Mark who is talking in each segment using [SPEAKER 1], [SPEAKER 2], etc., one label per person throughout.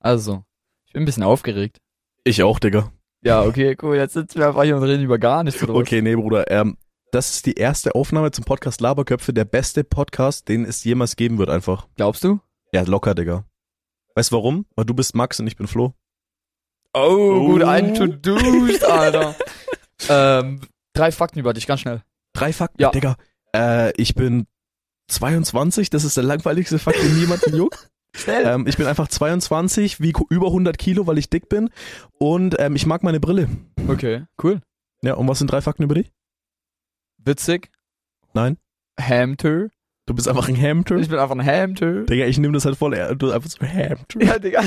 [SPEAKER 1] Also, ich bin ein bisschen aufgeregt.
[SPEAKER 2] Ich auch, Digga.
[SPEAKER 1] Ja, okay, cool. Jetzt sitzen wir einfach hier und reden über gar nichts. Oder was?
[SPEAKER 2] Okay, nee, Bruder. Ähm, das ist die erste Aufnahme zum Podcast Laberköpfe, der beste Podcast, den es jemals geben wird, einfach.
[SPEAKER 1] Glaubst du?
[SPEAKER 2] Ja, locker, Digga. Weißt du warum? Weil du bist Max und ich bin Flo.
[SPEAKER 1] Oh, gut, introduced, Alter. ähm, drei Fakten über dich, ganz schnell.
[SPEAKER 2] Drei Fakten,
[SPEAKER 1] Ja.
[SPEAKER 2] Digga. Äh, ich bin 22, das ist der langweiligste Fakt, den niemanden juckt.
[SPEAKER 1] Schnell.
[SPEAKER 2] Ähm, ich bin einfach 22, wie über 100 Kilo, weil ich dick bin. Und ähm, ich mag meine Brille.
[SPEAKER 1] Ähm, Okay, cool.
[SPEAKER 2] Ja, und was sind drei Fakten über dich?
[SPEAKER 1] Witzig.
[SPEAKER 2] Nein.
[SPEAKER 1] Hamter.
[SPEAKER 2] Du bist einfach ein Hamster.
[SPEAKER 1] Ich bin einfach ein Hamter.
[SPEAKER 2] Digga, ich nehme das halt voll ernst. Du bist einfach so ein Hamster.
[SPEAKER 1] Ja, Digga.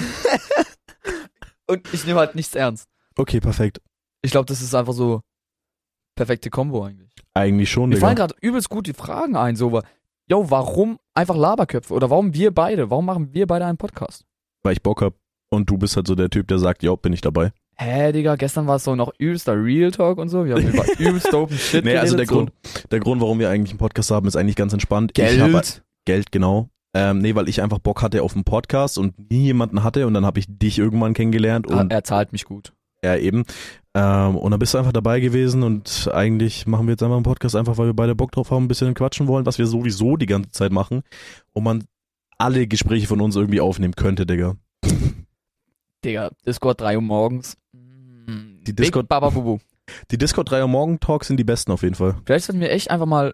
[SPEAKER 1] und ich nehme halt nichts ernst.
[SPEAKER 2] Okay, perfekt.
[SPEAKER 1] Ich glaube, das ist einfach so perfekte Kombo eigentlich.
[SPEAKER 2] Eigentlich schon,
[SPEAKER 1] Mir
[SPEAKER 2] Digga.
[SPEAKER 1] fallen gerade übelst gut die Fragen ein, so wa- Yo, warum einfach Laberköpfe? Oder warum wir beide? Warum machen wir beide einen Podcast?
[SPEAKER 2] Weil ich Bock hab. Und du bist halt so der Typ, der sagt, ja, bin ich dabei.
[SPEAKER 1] Hä, Digga, gestern war es so noch übelster Real Talk und so. Wir haben über übelst dopen Shit
[SPEAKER 2] Nee, also der
[SPEAKER 1] geredet, so.
[SPEAKER 2] Grund, der Grund, warum wir eigentlich einen Podcast haben, ist eigentlich ganz entspannt. Ich hab,
[SPEAKER 1] Geld.
[SPEAKER 2] Geld, genau. Ähm, nee, weil ich einfach Bock hatte auf einen Podcast und nie jemanden hatte und dann habe ich dich irgendwann kennengelernt
[SPEAKER 1] Ah,
[SPEAKER 2] und
[SPEAKER 1] er zahlt mich gut.
[SPEAKER 2] er eben. Ähm, und dann bist du einfach dabei gewesen und eigentlich machen wir jetzt einfach einen Podcast, einfach weil wir beide Bock drauf haben, ein bisschen quatschen wollen, was wir sowieso die ganze Zeit machen und man alle Gespräche von uns irgendwie aufnehmen könnte, Digga.
[SPEAKER 1] Digga, Discord 3 Uhr morgens. Die
[SPEAKER 2] Discord-
[SPEAKER 1] Big Baba Bubu.
[SPEAKER 2] Die Discord 3 Uhr Morgen Talks sind die besten auf jeden Fall.
[SPEAKER 1] Vielleicht sollten wir echt einfach mal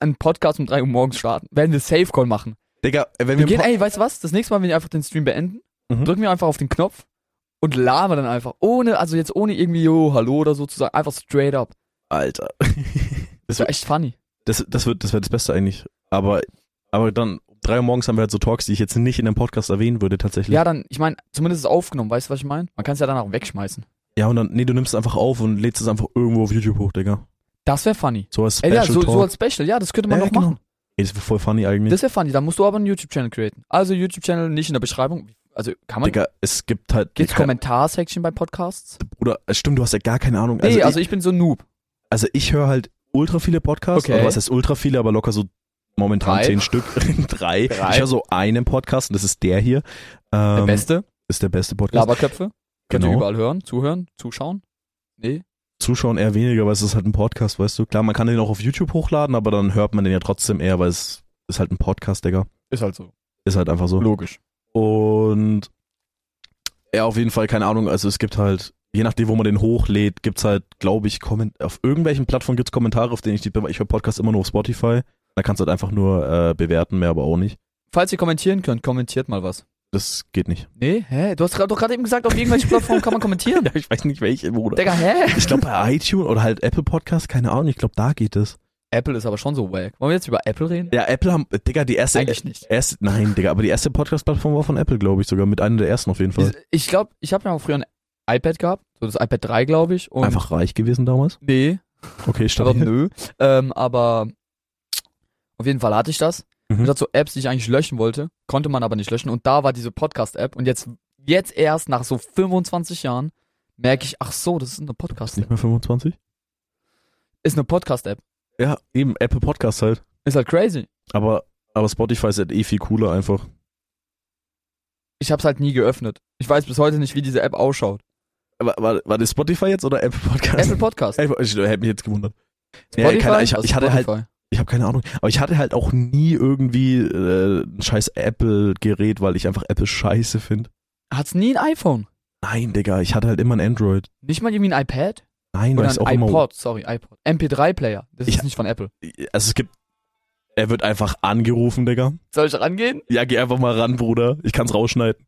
[SPEAKER 1] einen Podcast um 3 Uhr morgens starten. Werden wir Safe Call machen.
[SPEAKER 2] Digga, äh, wenn
[SPEAKER 1] Wir
[SPEAKER 2] wir,
[SPEAKER 1] gehen,
[SPEAKER 2] Po-
[SPEAKER 1] ey, weißt du was? Das nächste Mal, wenn wir einfach den Stream beenden,
[SPEAKER 2] Mhm.
[SPEAKER 1] drücken wir einfach auf den Knopf und labern dann einfach. Ohne, also jetzt ohne irgendwie, yo, hallo oder so zu sagen. Einfach straight up.
[SPEAKER 2] Alter.
[SPEAKER 1] Das wäre echt funny.
[SPEAKER 2] Das, das wird das, wär das Beste eigentlich. Aber, aber dann, um 3 Uhr morgens haben wir halt so Talks, die ich jetzt nicht in einem Podcast erwähnen würde, tatsächlich.
[SPEAKER 1] Ja, dann, ich meine, zumindest ist es aufgenommen, weißt du, was ich meine? Man kann es ja danach wegschmeißen.
[SPEAKER 2] Ja, und dann, nee, du nimmst es einfach auf und lädst es einfach irgendwo auf YouTube hoch, Digga.
[SPEAKER 1] Das wäre funny.
[SPEAKER 2] So als
[SPEAKER 1] Ey,
[SPEAKER 2] Special
[SPEAKER 1] ja, so,
[SPEAKER 2] Talk.
[SPEAKER 1] so als Special, ja, das könnte man
[SPEAKER 2] Ja,
[SPEAKER 1] doch
[SPEAKER 2] genau.
[SPEAKER 1] machen.
[SPEAKER 2] Ey, das wäre voll funny eigentlich.
[SPEAKER 1] Das wäre funny, dann musst du aber einen YouTube-Channel createn. Also YouTube-Channel nicht in der Beschreibung. Also kann man.
[SPEAKER 2] Digga, es gibt halt.
[SPEAKER 1] Gibt's
[SPEAKER 2] Digga,
[SPEAKER 1] Kommentar-Section bei Podcasts?
[SPEAKER 2] Bruder, äh, stimmt, du hast ja gar keine Ahnung.
[SPEAKER 1] Nee,
[SPEAKER 2] Also,
[SPEAKER 1] also ich bin so ein Noob.
[SPEAKER 2] ich, also ich höre halt ultra viele Podcasts.
[SPEAKER 1] Okay.
[SPEAKER 2] Oder was heißt ultra viele, aber locker so momentan
[SPEAKER 1] Drei.
[SPEAKER 2] zehn Stück. Drei.
[SPEAKER 1] Drei.
[SPEAKER 2] Ich höre so einen Podcast und das ist der hier. Ähm,
[SPEAKER 1] Der Beste.
[SPEAKER 2] Ist der beste Podcast.
[SPEAKER 1] Laberköpfe. Könnt ihr
[SPEAKER 2] genau.
[SPEAKER 1] überall hören, zuhören, zuschauen. Nee.
[SPEAKER 2] Zuschauen eher weniger, weil es ist halt ein Podcast, weißt du. Klar, man kann den auch auf YouTube hochladen, aber dann hört man den ja trotzdem eher, weil es ist halt ein Podcast, Digga.
[SPEAKER 1] Ist halt so.
[SPEAKER 2] Ist halt einfach so.
[SPEAKER 1] Logisch.
[SPEAKER 2] Und ja, auf jeden Fall, keine Ahnung, also es gibt halt, je nachdem, wo man den hochlädt, gibt's halt, glaube ich, Komment auf irgendwelchen Plattformen gibt's Kommentare, auf denen ich die, ich höre Podcasts immer nur auf Spotify. Da kannst du halt einfach nur äh, bewerten, mehr aber auch nicht.
[SPEAKER 1] Falls ihr kommentieren könnt, kommentiert mal was.
[SPEAKER 2] Das geht nicht.
[SPEAKER 1] Nee, hä? Du hast grad- doch gerade eben gesagt, auf irgendwelchen Plattformen kann man kommentieren.
[SPEAKER 2] ich weiß nicht, welche, Bruder.
[SPEAKER 1] Digga, hä?
[SPEAKER 2] Ich glaube, bei iTunes oder halt Apple Podcast, keine Ahnung, ich glaube, da geht es.
[SPEAKER 1] Apple ist aber schon so wack. Wollen wir jetzt über Apple reden?
[SPEAKER 2] Ja, Apple haben, Digga, die erste,
[SPEAKER 1] Eigentlich nicht.
[SPEAKER 2] erste nein, Digga, aber die erste Podcast-Plattform war von Apple, glaube ich, sogar mit einer der ersten auf jeden Fall.
[SPEAKER 1] Ich glaube, ich habe ja auch früher ein iPad gehabt. So das iPad 3, glaube ich. Und
[SPEAKER 2] Einfach reich gewesen damals.
[SPEAKER 1] Nee,
[SPEAKER 2] Okay,
[SPEAKER 1] aber
[SPEAKER 2] stabil.
[SPEAKER 1] nö. Ähm, aber auf jeden Fall hatte ich das.
[SPEAKER 2] Mhm.
[SPEAKER 1] Und dazu Apps, die ich eigentlich löschen wollte, konnte man aber nicht löschen. Und da war diese Podcast-App. Und jetzt, jetzt erst nach so 25 Jahren merke ich, ach so, das ist eine
[SPEAKER 2] Nicht
[SPEAKER 1] Podcast-App.
[SPEAKER 2] mehr 25?
[SPEAKER 1] Ist eine Podcast-App.
[SPEAKER 2] Ja, eben, Apple Podcast halt.
[SPEAKER 1] Ist halt crazy.
[SPEAKER 2] Aber, aber Spotify ist halt eh viel cooler einfach.
[SPEAKER 1] Ich habe es halt nie geöffnet. Ich weiß bis heute nicht, wie diese App ausschaut.
[SPEAKER 2] War, war, war das Spotify jetzt oder Apple Podcast?
[SPEAKER 1] Apple Podcast.
[SPEAKER 2] Apple, ich hätte mich jetzt gewundert. Äh, Ja,
[SPEAKER 1] Spotify,
[SPEAKER 2] keine Ahnung, ich,
[SPEAKER 1] also
[SPEAKER 2] ich hatte halt,
[SPEAKER 1] Spotify.
[SPEAKER 2] ich habe keine Ahnung, aber ich hatte halt auch nie irgendwie äh, ein scheiß Apple-Gerät, weil ich einfach Apple scheiße finde.
[SPEAKER 1] Hat's nie ein iPhone.
[SPEAKER 2] Nein, Digga, ich hatte halt immer ein Android.
[SPEAKER 1] Nicht mal irgendwie ein iPad?
[SPEAKER 2] Nein, weil
[SPEAKER 1] Oder
[SPEAKER 2] ich auch
[SPEAKER 1] ein
[SPEAKER 2] immer.
[SPEAKER 1] iPod, sorry, iPod. MP3-Player. Das
[SPEAKER 2] Ich-
[SPEAKER 1] ist nicht von Apple.
[SPEAKER 2] Also es gibt. Er wird einfach angerufen, Digga.
[SPEAKER 1] Soll ich rangehen?
[SPEAKER 2] Ja, geh einfach mal ran, Bruder. Ich kann's rausschneiden.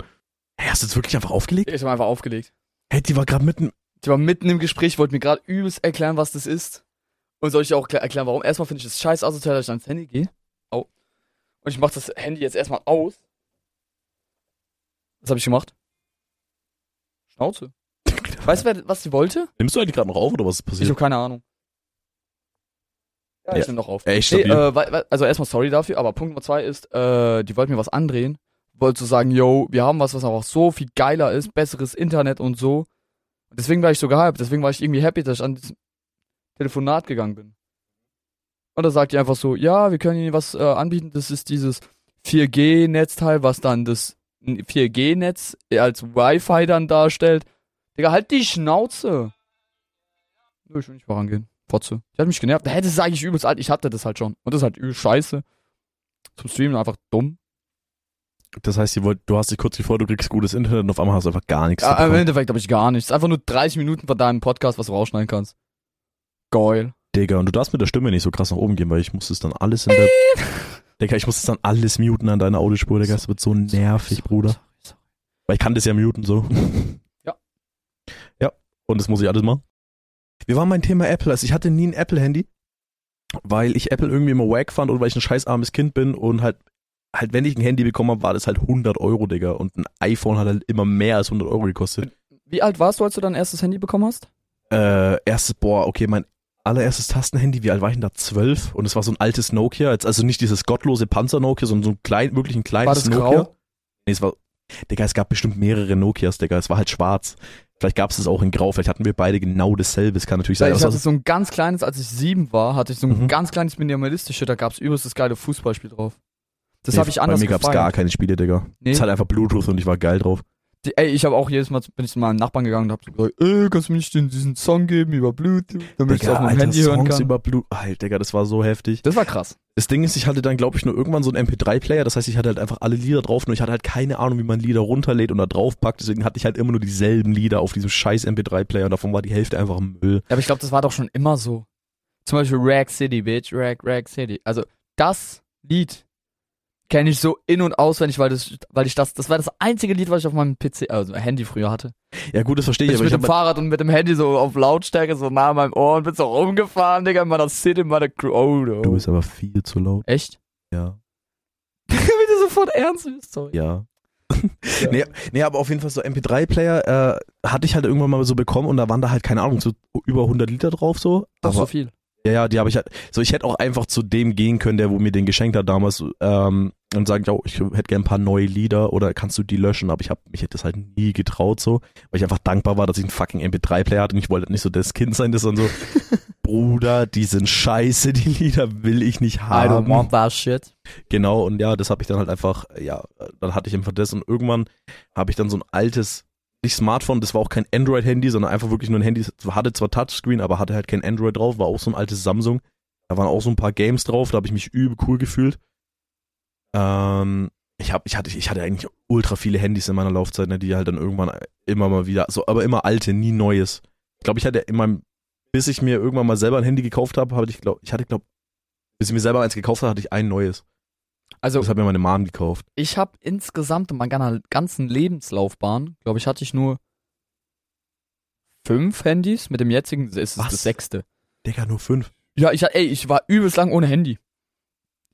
[SPEAKER 2] Hey, hast du jetzt wirklich einfach aufgelegt?
[SPEAKER 1] Ich habe einfach aufgelegt.
[SPEAKER 2] Hey, die war gerade mitten.
[SPEAKER 1] Die war mitten im Gespräch, wollte mir gerade übelst erklären, was das ist. Und soll ich dir auch klar- erklären, warum? Erstmal finde ich es scheiß asozial, dass ich ans Handy gehe. Au. Und ich mache das Handy jetzt erstmal aus. Was habe ich gemacht? Schnauze. Weißt du, wer- was sie wollte?
[SPEAKER 2] Nimmst du eigentlich gerade noch auf oder was ist
[SPEAKER 1] Ich
[SPEAKER 2] passiert?
[SPEAKER 1] habe keine Ahnung. Ja, ich
[SPEAKER 2] Ja.
[SPEAKER 1] nehm noch auf.
[SPEAKER 2] Echt
[SPEAKER 1] Nee,
[SPEAKER 2] stabil.
[SPEAKER 1] äh, wei- wei- also erstmal sorry dafür, aber Punkt Nummer zwei ist, äh, die wollten mir was andrehen. Wollte so sagen, yo, wir haben was, was einfach so viel geiler ist, besseres Internet und so. Und deswegen war ich so gehypt, deswegen war ich irgendwie happy, dass ich an das Telefonat gegangen bin. Und da sagt die einfach so, ja, wir können Ihnen was äh, anbieten, das ist dieses 4G-Netzteil, was dann das ein 4G-Netz äh, als Wi-Fi dann darstellt. Digga, halt die Schnauze. Nö, ich will nicht vorangehen. Fotze. Die hat mich genervt. Hä, das ist eigentlich übelst alt. Ich hatte das halt schon. Und das ist halt übel scheiße. Zum Streamen einfach dumm.
[SPEAKER 2] Das heißt, ihr wollt, du hast dich kurz gefreut, du kriegst gutes Internet und auf einmal hast du einfach gar nichts.
[SPEAKER 1] Ja, Im
[SPEAKER 2] davon.
[SPEAKER 1] Endeffekt habe ich gar nichts. Einfach nur 30 Minuten von deinem Podcast, was du rausschneiden kannst. Geil.
[SPEAKER 2] Digga, und du darfst mit der Stimme nicht so krass nach oben gehen, weil ich muss es dann alles in der. Digga, ich muss es dann alles muten an deiner Audiospur, Digga. Das wird so nervig, Bruder. Weil ich kann das ja muten, so.
[SPEAKER 1] Ja.
[SPEAKER 2] Ja, und das muss ich alles machen. Wir waren beim Thema Apple. Also ich hatte nie ein Apple-Handy, weil ich Apple irgendwie immer wack fand und weil ich ein scheiß armes Kind bin und halt, halt wenn ich ein Handy bekommen habe, war das halt 100 Euro, Digga. Und ein iPhone hat halt immer mehr als 100 Euro gekostet.
[SPEAKER 1] Wie alt warst du, als du dein erstes Handy bekommen hast?
[SPEAKER 2] Äh, erstes, boah, okay, mein allererstes Tastenhandy, wie alt war ich denn da? Zwölf. Und es war so ein altes Nokia, jetzt- also nicht dieses gottlose Panzer-Nokia, sondern so ein klein, wirklich ein kleines
[SPEAKER 1] War das
[SPEAKER 2] Nokia.
[SPEAKER 1] grau?
[SPEAKER 2] Nee, es war, Digga, es gab bestimmt mehrere Nokias, Digga, es war halt schwarz. Vielleicht gab es es auch in grau, vielleicht hatten wir beide genau dasselbe, es kann natürlich sein.
[SPEAKER 1] ich
[SPEAKER 2] aber
[SPEAKER 1] hatte
[SPEAKER 2] es
[SPEAKER 1] so ein ganz kleines, als ich sieben war, hatte ich so ein
[SPEAKER 2] Mhm.
[SPEAKER 1] ganz kleines minimalistisches, da gab's übelst das geile Fußballspiel drauf. Das
[SPEAKER 2] nee,
[SPEAKER 1] habe ich anders
[SPEAKER 2] Bei mir gab es
[SPEAKER 1] gefeiert.
[SPEAKER 2] gar keine Spiele, Digga.
[SPEAKER 1] Nee.
[SPEAKER 2] Es hat einfach Bluetooth und ich war geil drauf.
[SPEAKER 1] Die, ey, ich habe auch jedes Mal, bin ich zu meinem Nachbarn gegangen und hab so gesagt, ey, kannst du mir nicht den, diesen Song geben über Bluetooth, damit ich es auf meinem
[SPEAKER 2] Alter,
[SPEAKER 1] Handy hören
[SPEAKER 2] Songs
[SPEAKER 1] kann?
[SPEAKER 2] über Bluetooth. Alter, Digga, das war so heftig.
[SPEAKER 1] Das war krass.
[SPEAKER 2] Das Ding ist, ich hatte dann, glaube ich, nur irgendwann so einen MP3-Player. Das heißt, ich hatte halt einfach alle Lieder drauf, nur ich hatte halt keine Ahnung, wie man Lieder runterlädt und da draufpackt. Deswegen hatte ich halt immer nur dieselben Lieder auf diesem scheiß MP3-Player und davon war die Hälfte einfach Müll.
[SPEAKER 1] Ja, aber ich glaube, das war doch schon immer so. Zum Beispiel Rag City, Bitch, Rag, Rag City. Also das Lied kenne ich so in- und auswendig, weil, das, weil ich das, das war das einzige Lied, was ich auf meinem PC, also Handy früher hatte.
[SPEAKER 2] Ja gut, das verstehe
[SPEAKER 1] Bin
[SPEAKER 2] ich,
[SPEAKER 1] ich halt mit
[SPEAKER 2] aber ich
[SPEAKER 1] dem
[SPEAKER 2] habe
[SPEAKER 1] Fahrrad und mit dem Handy so auf Lautstärke, so nah an meinem Ohr und bin so rumgefahren, Digga, in meiner City, in meiner Crew. Oh, no.
[SPEAKER 2] Du bist aber viel zu laut.
[SPEAKER 1] Echt?
[SPEAKER 2] Ja.
[SPEAKER 1] Wie du sofort ernst bist, sorry.
[SPEAKER 2] Ja. nee, nee, aber auf jeden Fall so MP3-Player äh, hatte ich halt irgendwann mal so bekommen und da waren da halt, keine Ahnung, so über 100 Lieder drauf so.
[SPEAKER 1] Doch
[SPEAKER 2] aber
[SPEAKER 1] so viel.
[SPEAKER 2] Ja, ja, die habe ich halt. So, ich hätte auch einfach zu dem gehen können, der wo mir den geschenkt hat damals ähm, und sagen, ja, ich hätte gern ein paar neue Lieder oder kannst du die löschen? Aber ich habe mich hätte das halt nie getraut so, weil ich einfach dankbar war, dass ich einen fucking MP3-Player hatte und ich wollte halt nicht so das Kind sein, das dann so, Bruder, die sind scheiße, die Lieder will ich nicht
[SPEAKER 1] I don't
[SPEAKER 2] haben.
[SPEAKER 1] want that shit.
[SPEAKER 2] Genau, und ja, das habe ich dann halt einfach, ja, dann hatte ich einfach das und irgendwann habe ich dann so ein altes, nicht Smartphone, das war auch kein Android-Handy, sondern einfach wirklich nur ein Handy, das hatte zwar Touchscreen, aber hatte halt kein Android drauf, war auch so ein altes Samsung. Da waren auch so ein paar Games drauf, da habe ich mich übel cool gefühlt. Ähm, ich, hab, ich, hatte, ich hatte eigentlich ultra viele Handys in meiner Laufzeit, ne, die halt dann irgendwann immer mal wieder, so, aber immer alte, nie neues. Ich glaube, ich hatte in meinem, bis ich mir irgendwann mal selber ein Handy gekauft habe, hatte ich, glaube ich hatte, glaube bis ich mir selber eins gekauft habe, hatte ich ein neues.
[SPEAKER 1] Also,
[SPEAKER 2] Das hat mir meine Mom gekauft.
[SPEAKER 1] ich habe insgesamt in meiner ganzen Lebenslaufbahn, glaube ich, hatte ich nur fünf Handys. Mit dem jetzigen ist es
[SPEAKER 2] Was?
[SPEAKER 1] das sechste.
[SPEAKER 2] Digga, nur fünf.
[SPEAKER 1] Ja, ich, ey, ich war übelst lang ohne Handy.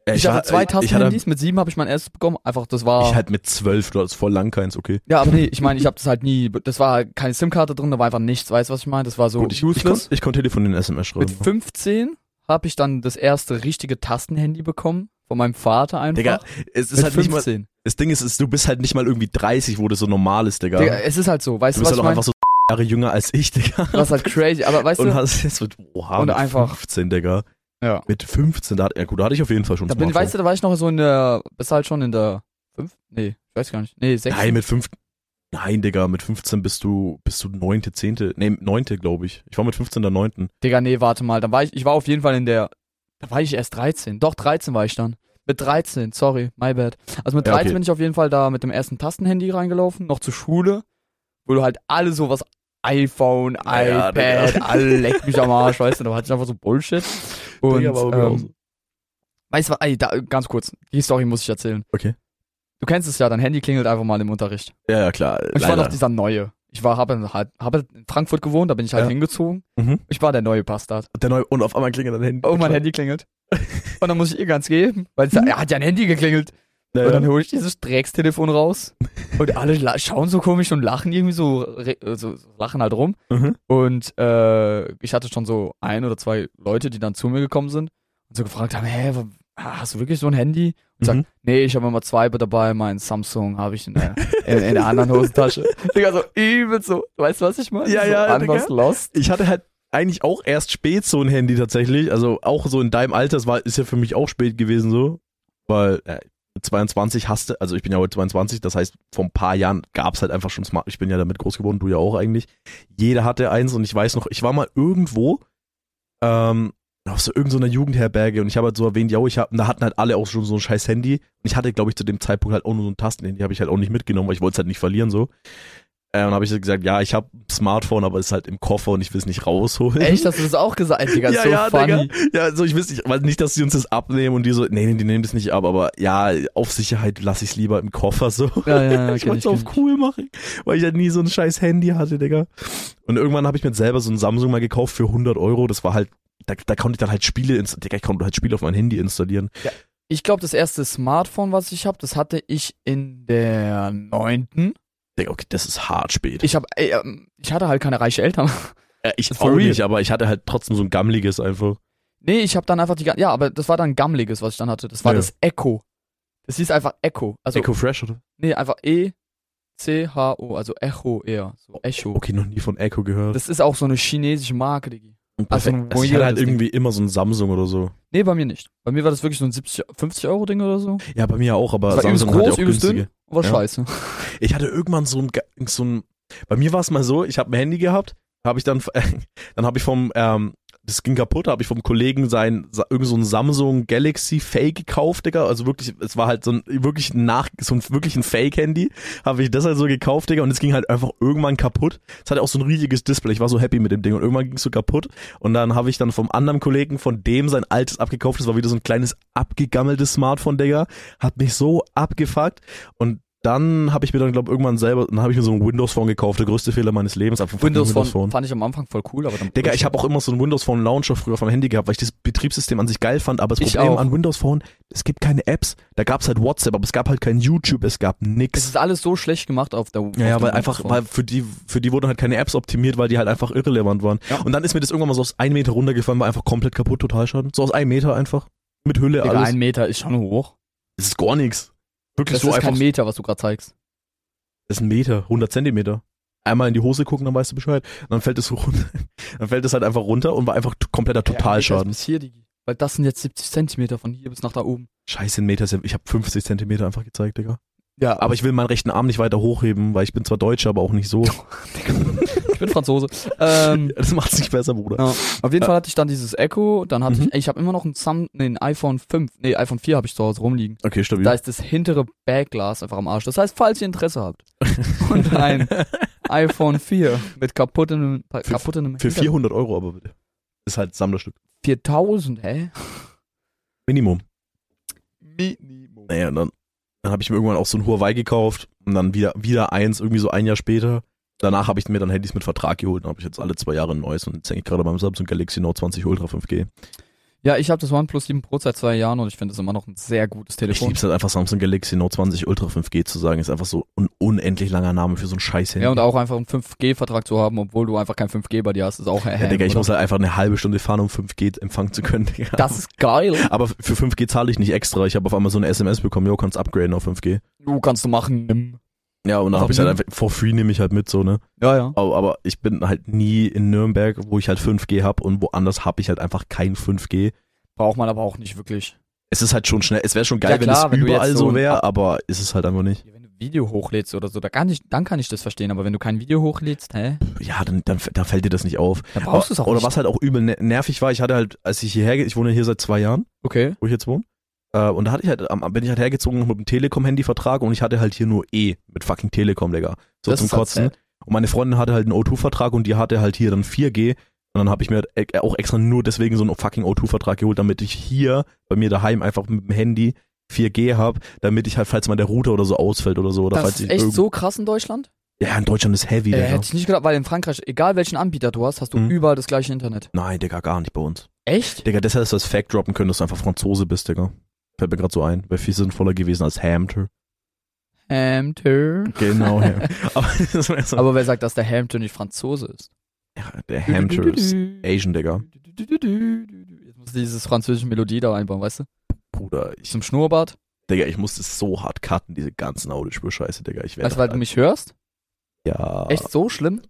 [SPEAKER 2] Äh,
[SPEAKER 1] Ich, hatte
[SPEAKER 2] war-
[SPEAKER 1] zwei Ah.
[SPEAKER 2] ich hatte,
[SPEAKER 1] Tastenhandys, mit sieben habe ich mein erstes bekommen. Einfach, das war.
[SPEAKER 2] Ich hatte mit zwölf, du hast voll lang keins, okay.
[SPEAKER 1] ja, aber nee, ich meine, ich habe das halt nie. Das war keine SIM-Karte drin, da war einfach nichts. Weißt du, was ich meine? Das war so
[SPEAKER 2] Gut, ich, ich, konnte, ich konnte telefonieren SMS
[SPEAKER 1] Mit
[SPEAKER 2] schreiben.
[SPEAKER 1] 15 habe ich dann das erste richtige Tastenhandy bekommen. Von meinem Vater einfach.
[SPEAKER 2] Digga, es ist
[SPEAKER 1] mit
[SPEAKER 2] halt nicht mal,
[SPEAKER 1] 15.
[SPEAKER 2] das Ding ist, ist, du bist halt nicht mal irgendwie 30, wo das so normal ist, Digga.
[SPEAKER 1] Digga, es ist halt so. Weißt du,
[SPEAKER 2] du
[SPEAKER 1] was
[SPEAKER 2] bist halt
[SPEAKER 1] ich
[SPEAKER 2] auch
[SPEAKER 1] meine?
[SPEAKER 2] einfach so Jahre jünger als ich, Digga.
[SPEAKER 1] Das ist halt crazy. Aber weißt
[SPEAKER 2] und
[SPEAKER 1] du,
[SPEAKER 2] hast jetzt mit, oha,
[SPEAKER 1] Und
[SPEAKER 2] mit
[SPEAKER 1] einfach-
[SPEAKER 2] 15, Digga.
[SPEAKER 1] ja.
[SPEAKER 2] Mit 15, da, hat- ja gut, da hatte ich auf jeden Fall schon
[SPEAKER 1] Da bin,
[SPEAKER 2] Smartphone.
[SPEAKER 1] weißt du, da war ich noch so in der, bist halt schon in der fünf? Nee, ich weiß gar nicht. Nee, sechs.
[SPEAKER 2] Nein, mit 15. Nein, Digga, mit 15 bist du, bist du neunte, zehnte, nee, neunte, glaube ich. Ich war mit 15 der neunten.
[SPEAKER 1] Digga, nee, warte mal. Dann war ich, ich war auf jeden Fall in der, da war ich erst 13. Doch, 13 war ich dann. Mit 13, sorry, my bad. Also mit
[SPEAKER 2] Ja,
[SPEAKER 1] 13
[SPEAKER 2] okay.
[SPEAKER 1] bin ich auf jeden Fall da mit dem ersten Tastenhandy reingelaufen, noch zur Schule, wo du halt alle sowas, iPhone,
[SPEAKER 2] Ja,
[SPEAKER 1] iPad,
[SPEAKER 2] Digga.
[SPEAKER 1] alle leck mich am Arsch, weißt du, da hatte ich einfach so Bullshit. Und,
[SPEAKER 2] Digga, war bei mir auch so.
[SPEAKER 1] ähm, weißt du, was- ey, da, ganz kurz, die Story muss ich erzählen.
[SPEAKER 2] Okay.
[SPEAKER 1] Du kennst es ja, dein Handy klingelt einfach mal im Unterricht.
[SPEAKER 2] Ja, ja, klar.
[SPEAKER 1] Ich war
[SPEAKER 2] leider.
[SPEAKER 1] noch dieser Neue. Ich war, habe in, halt- habe in Frankfurt gewohnt, da bin ich halt
[SPEAKER 2] Ja.
[SPEAKER 1] hingezogen.
[SPEAKER 2] Mhm.
[SPEAKER 1] Ich war der neue Bastard.
[SPEAKER 2] Der neue, und auf einmal klingelt dein Handy.
[SPEAKER 1] Oh, mein Handy klingelt. Und dann muss ich ihr ganz geben, weil sie sagt, er hat ja ein Handy geklingelt. Und dann hole ich dieses Dreckstelefon raus. Und alle la- schauen so komisch und lachen irgendwie so, re- äh, so so lachen halt rum.
[SPEAKER 2] Mhm.
[SPEAKER 1] Und äh, ich hatte schon so ein oder zwei Leute, die dann zu mir gekommen sind und so gefragt haben, hä, wa- hast du wirklich so ein Handy? Und
[SPEAKER 2] Mhm.
[SPEAKER 1] sagt, nee, ich habe immer zwei dabei, mein Samsung habe ich in der, in, in der anderen Hosentasche. Digga, so übel so, weißt du, was ich meine?
[SPEAKER 2] Ja,
[SPEAKER 1] so
[SPEAKER 2] ja,
[SPEAKER 1] anders
[SPEAKER 2] Digga.
[SPEAKER 1] lost.
[SPEAKER 2] Ich hatte halt eigentlich auch erst spät so ein Handy tatsächlich. Also auch so in deinem Alter, das war, ist ja für mich auch spät gewesen so. Weil, äh, 22 hast du, also ich bin ja heute 22, das heißt, vor ein paar Jahren gab es halt einfach schon Smart. Ich bin ja damit groß geworden, du ja auch eigentlich. Jeder hatte eins und ich weiß noch, ich war mal irgendwo ähm, auf so irgendeiner Jugendherberge und ich habe halt so erwähnt, ja, ich habe, da hatten halt alle auch schon so ein scheiß Handy und ich hatte, glaube ich, zu dem Zeitpunkt halt auch nur so ein Tastenhandy, habe ich halt auch nicht mitgenommen, weil ich wollte es halt nicht verlieren so. Äh, und habe ich halt gesagt, ja, ich habe Smartphone, aber es ist halt im Koffer und ich will es nicht rausholen.
[SPEAKER 1] Echt, hast du das auch gesagt? Ey, Digga, ist so funny.
[SPEAKER 2] Digga. Ja, also ich wüsste nicht, weil nicht, dass sie uns das abnehmen und die so, nee, nee, die nehmen das nicht ab, aber ja, auf Sicherheit lasse ich es lieber im Koffer so.
[SPEAKER 1] Ja, ja, ja,
[SPEAKER 2] ich
[SPEAKER 1] kenn
[SPEAKER 2] wollte
[SPEAKER 1] ich,
[SPEAKER 2] es auf
[SPEAKER 1] kenn ich.
[SPEAKER 2] cool machen, weil ich halt nie so ein scheiß Handy hatte, Digga. Und irgendwann habe ich mir selber so ein Samsung mal gekauft für 100 Euro, das war halt, da, da konnte ich dann halt Spiele, inst- Digga, ich konnte halt Spiele auf mein Handy installieren.
[SPEAKER 1] Ich glaube, das erste Smartphone, was ich habe, das hatte ich in der neunten.
[SPEAKER 2] Digga, okay, das ist hart spät.
[SPEAKER 1] Ich habe, ich hatte halt keine reichen Eltern.
[SPEAKER 2] Äh, ich
[SPEAKER 1] For real.
[SPEAKER 2] aber ich hatte halt trotzdem so ein gammeliges einfach.
[SPEAKER 1] Nee, ich habe dann einfach die, gan- ja, aber das war dann gammeliges, was ich dann hatte. Das war
[SPEAKER 2] Ja.
[SPEAKER 1] das Echo. Das hieß einfach Echo. Also
[SPEAKER 2] Echo Fresh, oder?
[SPEAKER 1] nee, einfach E C H O, also Echo eher, so Echo.
[SPEAKER 2] Okay, noch nie von Echo gehört.
[SPEAKER 1] Das ist auch so eine chinesische Marke, Digi.
[SPEAKER 2] also,
[SPEAKER 1] ein
[SPEAKER 2] ich hatte halt
[SPEAKER 1] weirdes Ding.
[SPEAKER 2] irgendwie immer so ein Samsung oder so.
[SPEAKER 1] Nee, bei mir nicht. Bei mir war das wirklich so ein 70, 50 Euro Ding oder so.
[SPEAKER 2] Ja, bei mir auch, aber
[SPEAKER 1] Das war übelst
[SPEAKER 2] Samsung hat ja
[SPEAKER 1] groß,
[SPEAKER 2] auch
[SPEAKER 1] übelst
[SPEAKER 2] günstige.
[SPEAKER 1] dünn. War
[SPEAKER 2] Ja.
[SPEAKER 1] scheiße.
[SPEAKER 2] Ich hatte irgendwann so ein, ge- so ein bei mir war es mal so, ich habe ein Handy gehabt, habe ich dann, dann habe ich vom, ähm, das ging kaputt, habe ich vom Kollegen sein, sa- irgend so ein Samsung Galaxy Fake gekauft, Digga. Also wirklich, es war halt so ein, wirklich ein nach, so ein, wirklich ein Fake-Handy, habe ich das halt so gekauft, Digga, und es ging halt einfach irgendwann kaputt. Es hatte auch so ein riesiges Display, ich war so happy mit dem Ding und irgendwann ging es so kaputt und dann habe ich dann vom anderen Kollegen von dem sein altes abgekauft, das war wieder so ein kleines abgegammeltes Smartphone, Digga, hat mich so abgefuckt und dann habe ich mir dann, glaube irgendwann selber, dann habe ich mir so ein Windows Phone gekauft, der größte Fehler meines Lebens. einfach ein fucking
[SPEAKER 1] Windows Phone fand ich am Anfang voll cool, aber dann
[SPEAKER 2] Digga, ich habe auch immer so einen Windows Phone Launcher früher auf meinem Handy gehabt, weil ich das Betriebssystem an sich geil fand, aber das
[SPEAKER 1] Ich
[SPEAKER 2] Problem
[SPEAKER 1] auch.
[SPEAKER 2] an Windows Phone, es gibt keine Apps, da gab's halt WhatsApp, aber es gab halt kein YouTube, es gab
[SPEAKER 1] es
[SPEAKER 2] nix.
[SPEAKER 1] ist alles so schlecht gemacht auf der
[SPEAKER 2] Ja,
[SPEAKER 1] auf
[SPEAKER 2] ja,
[SPEAKER 1] dem
[SPEAKER 2] weil einfach,
[SPEAKER 1] Windows-Phone.
[SPEAKER 2] weil für die, für die wurden halt keine Apps optimiert, weil die halt einfach irrelevant waren.
[SPEAKER 1] Ja.
[SPEAKER 2] Und dann ist mir das irgendwann mal so aus einem Meter runtergefallen, war einfach komplett kaputt, total schaden. So aus einem Meter einfach. Mit Hülle
[SPEAKER 1] Digga,
[SPEAKER 2] alles.
[SPEAKER 1] ein Meter ist schon hoch.
[SPEAKER 2] Das ist gar nichts. Wirklich
[SPEAKER 1] Das
[SPEAKER 2] so
[SPEAKER 1] ist
[SPEAKER 2] einfach.
[SPEAKER 1] kein Meter, was du gerade zeigst.
[SPEAKER 2] Das ist ein Meter, 100 Zentimeter. Einmal in die Hose gucken, dann weißt du Bescheid. Und dann fällt es so runter. Dann fällt es halt einfach runter und war einfach t- kompletter Totalschaden.
[SPEAKER 1] Bis hier, Digi. Weil das sind jetzt 70 Zentimeter von hier bis nach da oben.
[SPEAKER 2] Scheiße, ein Meter ist ja, ich habe 50 Zentimeter einfach gezeigt, Digga.
[SPEAKER 1] Ja,
[SPEAKER 2] Aber ich will meinen rechten Arm nicht weiter hochheben, weil ich bin zwar Deutscher, aber auch nicht so.
[SPEAKER 1] ich bin Franzose. ähm, Ah.
[SPEAKER 2] Das macht's nicht besser, Bruder.
[SPEAKER 1] ja. Auf jeden Fall hatte ich dann dieses Echo, dann hatte
[SPEAKER 2] Mhm.
[SPEAKER 1] ich, ey, ich habe immer noch ein Sam, nee, ein iPhone 5, nee, iPhone 4 habe ich zu Hause rumliegen.
[SPEAKER 2] Okay, stabil.
[SPEAKER 1] Da ist das hintere Backglas einfach am Arsch. Das heißt, falls ihr Interesse habt und ein iPhone 4 mit kaputtem, pa-
[SPEAKER 2] Für-
[SPEAKER 1] kaputtem
[SPEAKER 2] Für
[SPEAKER 1] Hinter-
[SPEAKER 2] 400 Euro aber bitte. Ist halt Sammlerstück.
[SPEAKER 1] 4000, hä?
[SPEAKER 2] Minimum.
[SPEAKER 1] Minimum.
[SPEAKER 2] Naja, und dann, dann habe ich mir irgendwann auch so ein Huawei gekauft und dann wieder, wieder eins, irgendwie so ein Jahr später. Danach habe ich mir dann Handys mit Vertrag geholt und habe ich jetzt alle zwei Jahre ein neues und jetzt hänge ich gerade beim Samsung Galaxy Note 20 Ultra 5G.
[SPEAKER 1] Ja, ich habe das OnePlus 7 Pro seit zwei Jahren und ich finde das immer noch ein sehr gutes
[SPEAKER 2] Ich
[SPEAKER 1] Telefon.
[SPEAKER 2] lieb's halt einfach Samsung Galaxy Note 20 Ultra 5G zu sagen, ist einfach so ein unendlich langer Name für so ein scheiß Handy.
[SPEAKER 1] Ja, und auch einfach einen 5G-Vertrag zu haben, obwohl du einfach kein 5G bei dir hast, ist auch
[SPEAKER 2] Ja, Digga, ich
[SPEAKER 1] oder?
[SPEAKER 2] muss halt einfach eine halbe Stunde fahren, um 5G empfangen zu können, Digga.
[SPEAKER 1] Das ist geil.
[SPEAKER 2] Aber für 5G zahle ich nicht extra. Ich habe auf einmal so eine SMS bekommen, yo, kannst upgraden auf 5G.
[SPEAKER 1] Du kannst du machen. nimm.
[SPEAKER 2] Ja, und dann
[SPEAKER 1] Ach,
[SPEAKER 2] habe ich halt
[SPEAKER 1] nimm.
[SPEAKER 2] einfach, for free nehme ich halt mit, so, ne.
[SPEAKER 1] Ja, ja.
[SPEAKER 2] Aber, aber ich bin halt nie in Nürnberg, wo ich halt 5G habe und woanders habe ich halt einfach kein 5G.
[SPEAKER 1] Braucht man aber auch nicht wirklich.
[SPEAKER 2] Es ist halt schon schnell, es wäre schon geil,
[SPEAKER 1] Ja, klar, wenn
[SPEAKER 2] wenn es
[SPEAKER 1] du jetzt
[SPEAKER 2] überall
[SPEAKER 1] so
[SPEAKER 2] so
[SPEAKER 1] ein-
[SPEAKER 2] wäre, aber ist es halt einfach nicht.
[SPEAKER 1] Wenn du Video hochlädst oder so, da kann ich, dann kann ich das verstehen, aber wenn du kein Video hochlädst, hä?
[SPEAKER 2] Ja, dann, dann, dann fällt dir das nicht auf.
[SPEAKER 1] Dann brauchst du es auch
[SPEAKER 2] Oder
[SPEAKER 1] nicht.
[SPEAKER 2] was halt auch übel ne- nervig war, ich hatte halt, als ich hierher, ge- ich wohne hier seit zwei Jahren,
[SPEAKER 1] Okay.
[SPEAKER 2] wo ich jetzt wohne, äh, und da hatte ich halt, am- bin ich halt hergezogen mit einem Telekom-Handyvertrag und ich hatte halt hier nur E mit fucking Telekom, Digga. So
[SPEAKER 1] Das
[SPEAKER 2] zum
[SPEAKER 1] ist halt
[SPEAKER 2] Kotzen.
[SPEAKER 1] sad.
[SPEAKER 2] und meine Freundin hatte halt einen O2-Vertrag und die hatte halt hier dann 4G. Und dann habe ich mir halt e- auch extra nur deswegen so einen fucking O2-Vertrag geholt, damit ich hier bei mir daheim einfach mit dem Handy 4G habe, damit ich halt, falls mal der Router oder so ausfällt oder so, oder falls
[SPEAKER 1] Das ist
[SPEAKER 2] ich
[SPEAKER 1] echt
[SPEAKER 2] irgend-
[SPEAKER 1] so krass in Deutschland?
[SPEAKER 2] Ja, in Deutschland ist heavy,
[SPEAKER 1] Äh,
[SPEAKER 2] Digga.
[SPEAKER 1] hätte ich nicht gedacht, weil in Frankreich, egal welchen Anbieter du hast, hast du
[SPEAKER 2] Mhm.
[SPEAKER 1] überall das gleiche Internet.
[SPEAKER 2] Nein, Digga, gar nicht bei uns.
[SPEAKER 1] Echt?
[SPEAKER 2] Digga, deshalb hättest du das Fact droppen können, dass du einfach Franzose bist, Digga. Fällt mir gerade so ein. Wäre viel sinnvoller gewesen als Hamter.
[SPEAKER 1] Hamter.
[SPEAKER 2] Genau, Ham. Aber das war so,
[SPEAKER 1] Aber wer sagt, dass der Hamter nicht Franzose ist?
[SPEAKER 2] ja, der Hamter ist Asian, Digga.
[SPEAKER 1] Jetzt muss dieses französische Melodie da einbauen, weißt du?
[SPEAKER 2] Bruder, ich,
[SPEAKER 1] Zum Schnurrbart.
[SPEAKER 2] Digga, ich musste so hart cutten, diese ganzen Audiospur-Scheiße, Digga. Ich werde
[SPEAKER 1] Weißt du, weil du mich hörst?
[SPEAKER 2] ja.
[SPEAKER 1] Echt so schlimm?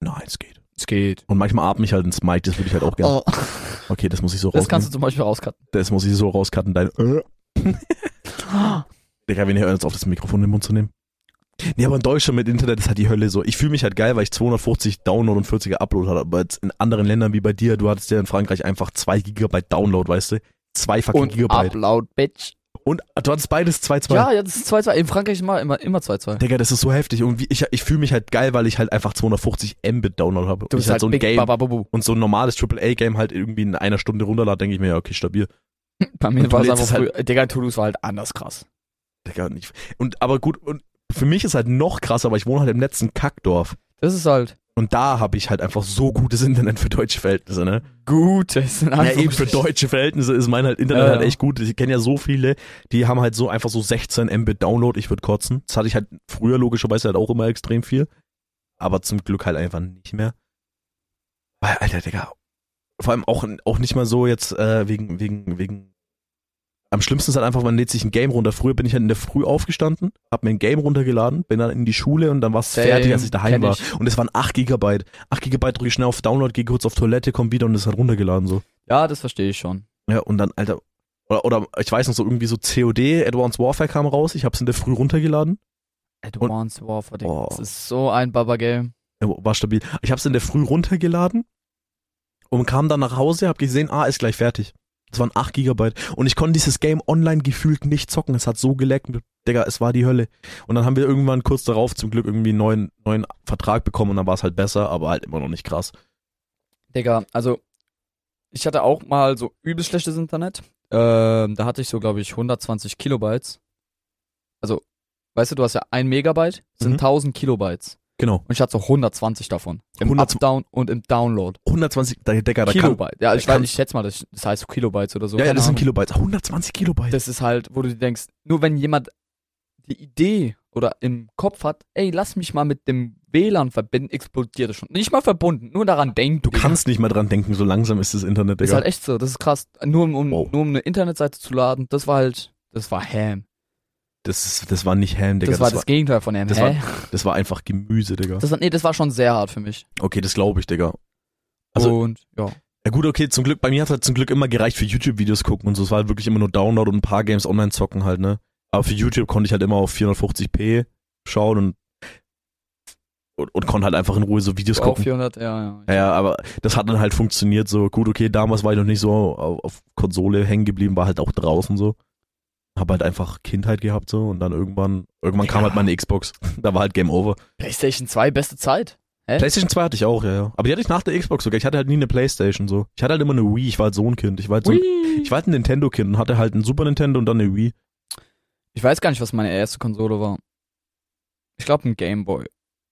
[SPEAKER 2] Nein, es geht.
[SPEAKER 1] Es geht.
[SPEAKER 2] Und manchmal atme ich halt ins Mic, das würde ich halt auch
[SPEAKER 1] Oh,
[SPEAKER 2] gerne. Okay, das muss ich so
[SPEAKER 1] das kannst du
[SPEAKER 2] rauscutten. Äh?
[SPEAKER 1] zum Beispiel rauscutten.
[SPEAKER 2] Das muss ich so rauscutten, dein. Digga, wir hören jetzt auf, das Mikrofon in den Mund zu nehmen. Nee, aber in Deutschland mit Internet ist halt die Hölle so. Ich fühle mich halt geil, weil ich 250 Download und 40er Upload hatte. Aber jetzt in anderen Ländern wie bei dir, du hattest ja in Frankreich einfach 2 Gigabyte Download, weißt du? 2 fucking
[SPEAKER 1] Und
[SPEAKER 2] Gigabyte.
[SPEAKER 1] Upload, Bitch.
[SPEAKER 2] Und du hattest beides 2-2.
[SPEAKER 1] Ja, jetzt ist 2-2. In Frankreich immer immer immer 2-2.
[SPEAKER 2] Digga, das ist so heftig. Und wie, ich, ich fühle mich halt geil, weil ich halt einfach 250 Mbit Download habe.
[SPEAKER 1] Du
[SPEAKER 2] und
[SPEAKER 1] bist
[SPEAKER 2] ich halt
[SPEAKER 1] halt
[SPEAKER 2] so ein
[SPEAKER 1] Big
[SPEAKER 2] Game
[SPEAKER 1] Baba Bubu.
[SPEAKER 2] und so ein normales AAA-Game halt irgendwie in einer Stunde runterlade, denke ich mir, ja, okay, stabil.
[SPEAKER 1] Bei mir
[SPEAKER 2] Und du
[SPEAKER 1] war es
[SPEAKER 2] lädst
[SPEAKER 1] einfach
[SPEAKER 2] es halt-
[SPEAKER 1] früher. Digga, Toulouse war halt anders krass.
[SPEAKER 2] Digga, nicht. Und aber gut, und für mich ist halt noch krasser, aber ich wohne halt im letzten Kackdorf.
[SPEAKER 1] Das ist halt
[SPEAKER 2] Und da habe ich halt einfach so gutes Internet für deutsche Verhältnisse, ne?
[SPEAKER 1] gut. Das ist in
[SPEAKER 2] Ja, eben für
[SPEAKER 1] Anführungsstrichen.
[SPEAKER 2] deutsche Verhältnisse ist mein halt Internet
[SPEAKER 1] Ja,
[SPEAKER 2] halt
[SPEAKER 1] ja.
[SPEAKER 2] echt gut. Ich kenne ja so viele, die haben halt so einfach so 16 Mbit Download, ich würde kotzen. Das hatte ich halt früher logischerweise halt auch immer extrem viel. Aber zum Glück halt einfach nicht mehr. Weil, Alter, Digga, vor allem auch, auch nicht mal so jetzt äh, wegen, wegen, wegen. Am schlimmsten ist halt einfach, man lädt sich ein Game runter. Früher bin ich halt in der Früh aufgestanden, hab mir ein Game runtergeladen, bin dann in die Schule und dann war es
[SPEAKER 1] Same,
[SPEAKER 2] fertig, als ich daheim
[SPEAKER 1] kenn
[SPEAKER 2] war.
[SPEAKER 1] ich.
[SPEAKER 2] Und es waren 8 Gigabyte. 8 Gigabyte drücke ich schnell auf Download, gehe kurz auf Toilette, komm wieder und es hat runtergeladen so.
[SPEAKER 1] Ja, das verstehe ich schon.
[SPEAKER 2] Ja, und dann, Alter, oder, oder ich weiß noch so irgendwie so COD, Advanced Warfare kam raus, ich hab's in der Früh runtergeladen,
[SPEAKER 1] Advanced Warfare, Digga.
[SPEAKER 2] Oh.
[SPEAKER 1] Das ist so ein Baba-Game.
[SPEAKER 2] Ja, war stabil. Ich hab's in der Früh runtergeladen und kam dann nach Hause, hab gesehen, ah, ist gleich fertig. Das waren 8 Gigabyte und ich konnte dieses Game online gefühlt nicht zocken, es hat so geleckt, Digga, es war die Hölle. Und dann haben wir irgendwann kurz darauf zum Glück irgendwie einen neuen, neuen Vertrag bekommen und dann war's halt besser, aber halt immer noch nicht krass.
[SPEAKER 1] Digga, also ich hatte auch mal so übel schlechtes Internet. Ähm, da hatte ich so, glaube ich, 120 Kilobytes. Also, weißt du, du hast ja ein Megabyte, sind
[SPEAKER 2] Mhm.
[SPEAKER 1] 1000 Kilobytes.
[SPEAKER 2] Genau.
[SPEAKER 1] Und ich hatte so 120 davon. Im
[SPEAKER 2] 100
[SPEAKER 1] Updown und im Download.
[SPEAKER 2] 120, Digga, da kann,
[SPEAKER 1] Kilobyte. Ja, ich,
[SPEAKER 2] da
[SPEAKER 1] weiß,
[SPEAKER 2] kann-
[SPEAKER 1] ich schätze mal, das, das heißt so Kilobytes oder so.
[SPEAKER 2] ja, ja,
[SPEAKER 1] keine
[SPEAKER 2] das sind
[SPEAKER 1] Ahnung.
[SPEAKER 2] Kilobytes, 120 Kilobyte.
[SPEAKER 1] Das ist halt, wo du dir denkst, nur wenn jemand die Idee oder im Kopf hat, ey, lass mich mal mit dem WLAN verbinden, explodiert es schon. Nicht mal verbunden, nur daran denken.
[SPEAKER 2] du kannst nicht mal dran denken, so langsam ist das Internet,
[SPEAKER 1] Ist
[SPEAKER 2] Digga.
[SPEAKER 1] halt echt so, das ist krass. Nur um, um,
[SPEAKER 2] Wow.
[SPEAKER 1] nur um eine Internetseite zu laden, das war halt, das war Ham.
[SPEAKER 2] Das, ist, das war nicht Ham, Digga.
[SPEAKER 1] das war das Gegenteil von Ham.
[SPEAKER 2] das
[SPEAKER 1] Hä?
[SPEAKER 2] Das war einfach Gemüse, Digga.
[SPEAKER 1] das war, nee, das war schon sehr hart für mich.
[SPEAKER 2] Okay, das glaube ich, Digga. Also-
[SPEAKER 1] Und ja.
[SPEAKER 2] Ja gut, okay, zum Glück, bei mir hat es halt zum Glück immer gereicht für YouTube-Videos gucken und so. Es war halt wirklich immer nur Download und ein paar Games online zocken halt, ne? Aber für YouTube konnte ich halt immer auf 450p schauen und, und, und konnte halt einfach in Ruhe so Videos
[SPEAKER 1] Auch
[SPEAKER 2] gucken.
[SPEAKER 1] 400, ja, ja.
[SPEAKER 2] Ja, ja, aber das hat dann halt funktioniert so. Gut, okay, damals war ich noch nicht so auf, auf Konsole hängen geblieben, war halt auch draußen so. Hab halt einfach Kindheit gehabt so und dann irgendwann, irgendwann kam
[SPEAKER 1] Ja.
[SPEAKER 2] halt meine Xbox. Da war halt Game Over.
[SPEAKER 1] PlayStation 2, beste Zeit. Hä?
[SPEAKER 2] PlayStation 2 hatte ich auch, ja, ja. Aber die hatte ich nach der Xbox sogar. Ich hatte halt nie eine Playstation so. Ich hatte halt immer eine Wii, ich war halt so ein Kind. Ich war halt so ein,
[SPEAKER 1] Ui.
[SPEAKER 2] ich war halt ein Nintendo-Kind und hatte halt ein Super Nintendo und dann eine Wii.
[SPEAKER 1] Ich weiß gar nicht, was meine erste Konsole war. Ich glaube, ein Gameboy.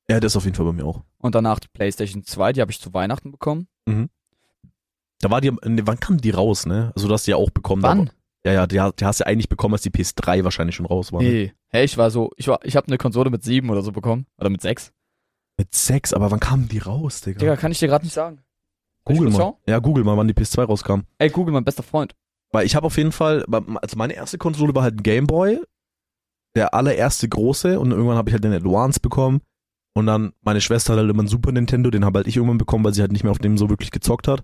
[SPEAKER 2] Ja, das auf jeden Fall bei mir auch.
[SPEAKER 1] Und danach die PlayStation 2, die habe ich zu Weihnachten bekommen.
[SPEAKER 2] Da war die, am- nee, wann kam die raus, ne? Also du hast die ja auch bekommen.
[SPEAKER 1] Wann?
[SPEAKER 2] Da, ja, ja, die, ha- die hast du ja eigentlich bekommen, als die PS3 wahrscheinlich schon raus war. ne?
[SPEAKER 1] Nee. Hey, ich war so, ich war, ich habe eine Konsole mit sieben oder so bekommen. Oder mit sechs.
[SPEAKER 2] Mit 6, aber wann kamen die raus, Digga?
[SPEAKER 1] Digga, kann ich dir gerade nicht sagen. Soll ich
[SPEAKER 2] Google
[SPEAKER 1] kurz
[SPEAKER 2] mal.
[SPEAKER 1] schauen?
[SPEAKER 2] Ja, Google mal, wann die PS2 rauskam.
[SPEAKER 1] Ey, Google, mein bester Freund.
[SPEAKER 2] Weil ich habe auf jeden Fall, also meine erste Konsole war halt ein Gameboy, der allererste große und irgendwann habe ich halt den Advance bekommen und dann meine Schwester hat halt immer einen Super Nintendo, den habe halt ich irgendwann bekommen, weil sie halt nicht mehr auf dem so wirklich gezockt hat.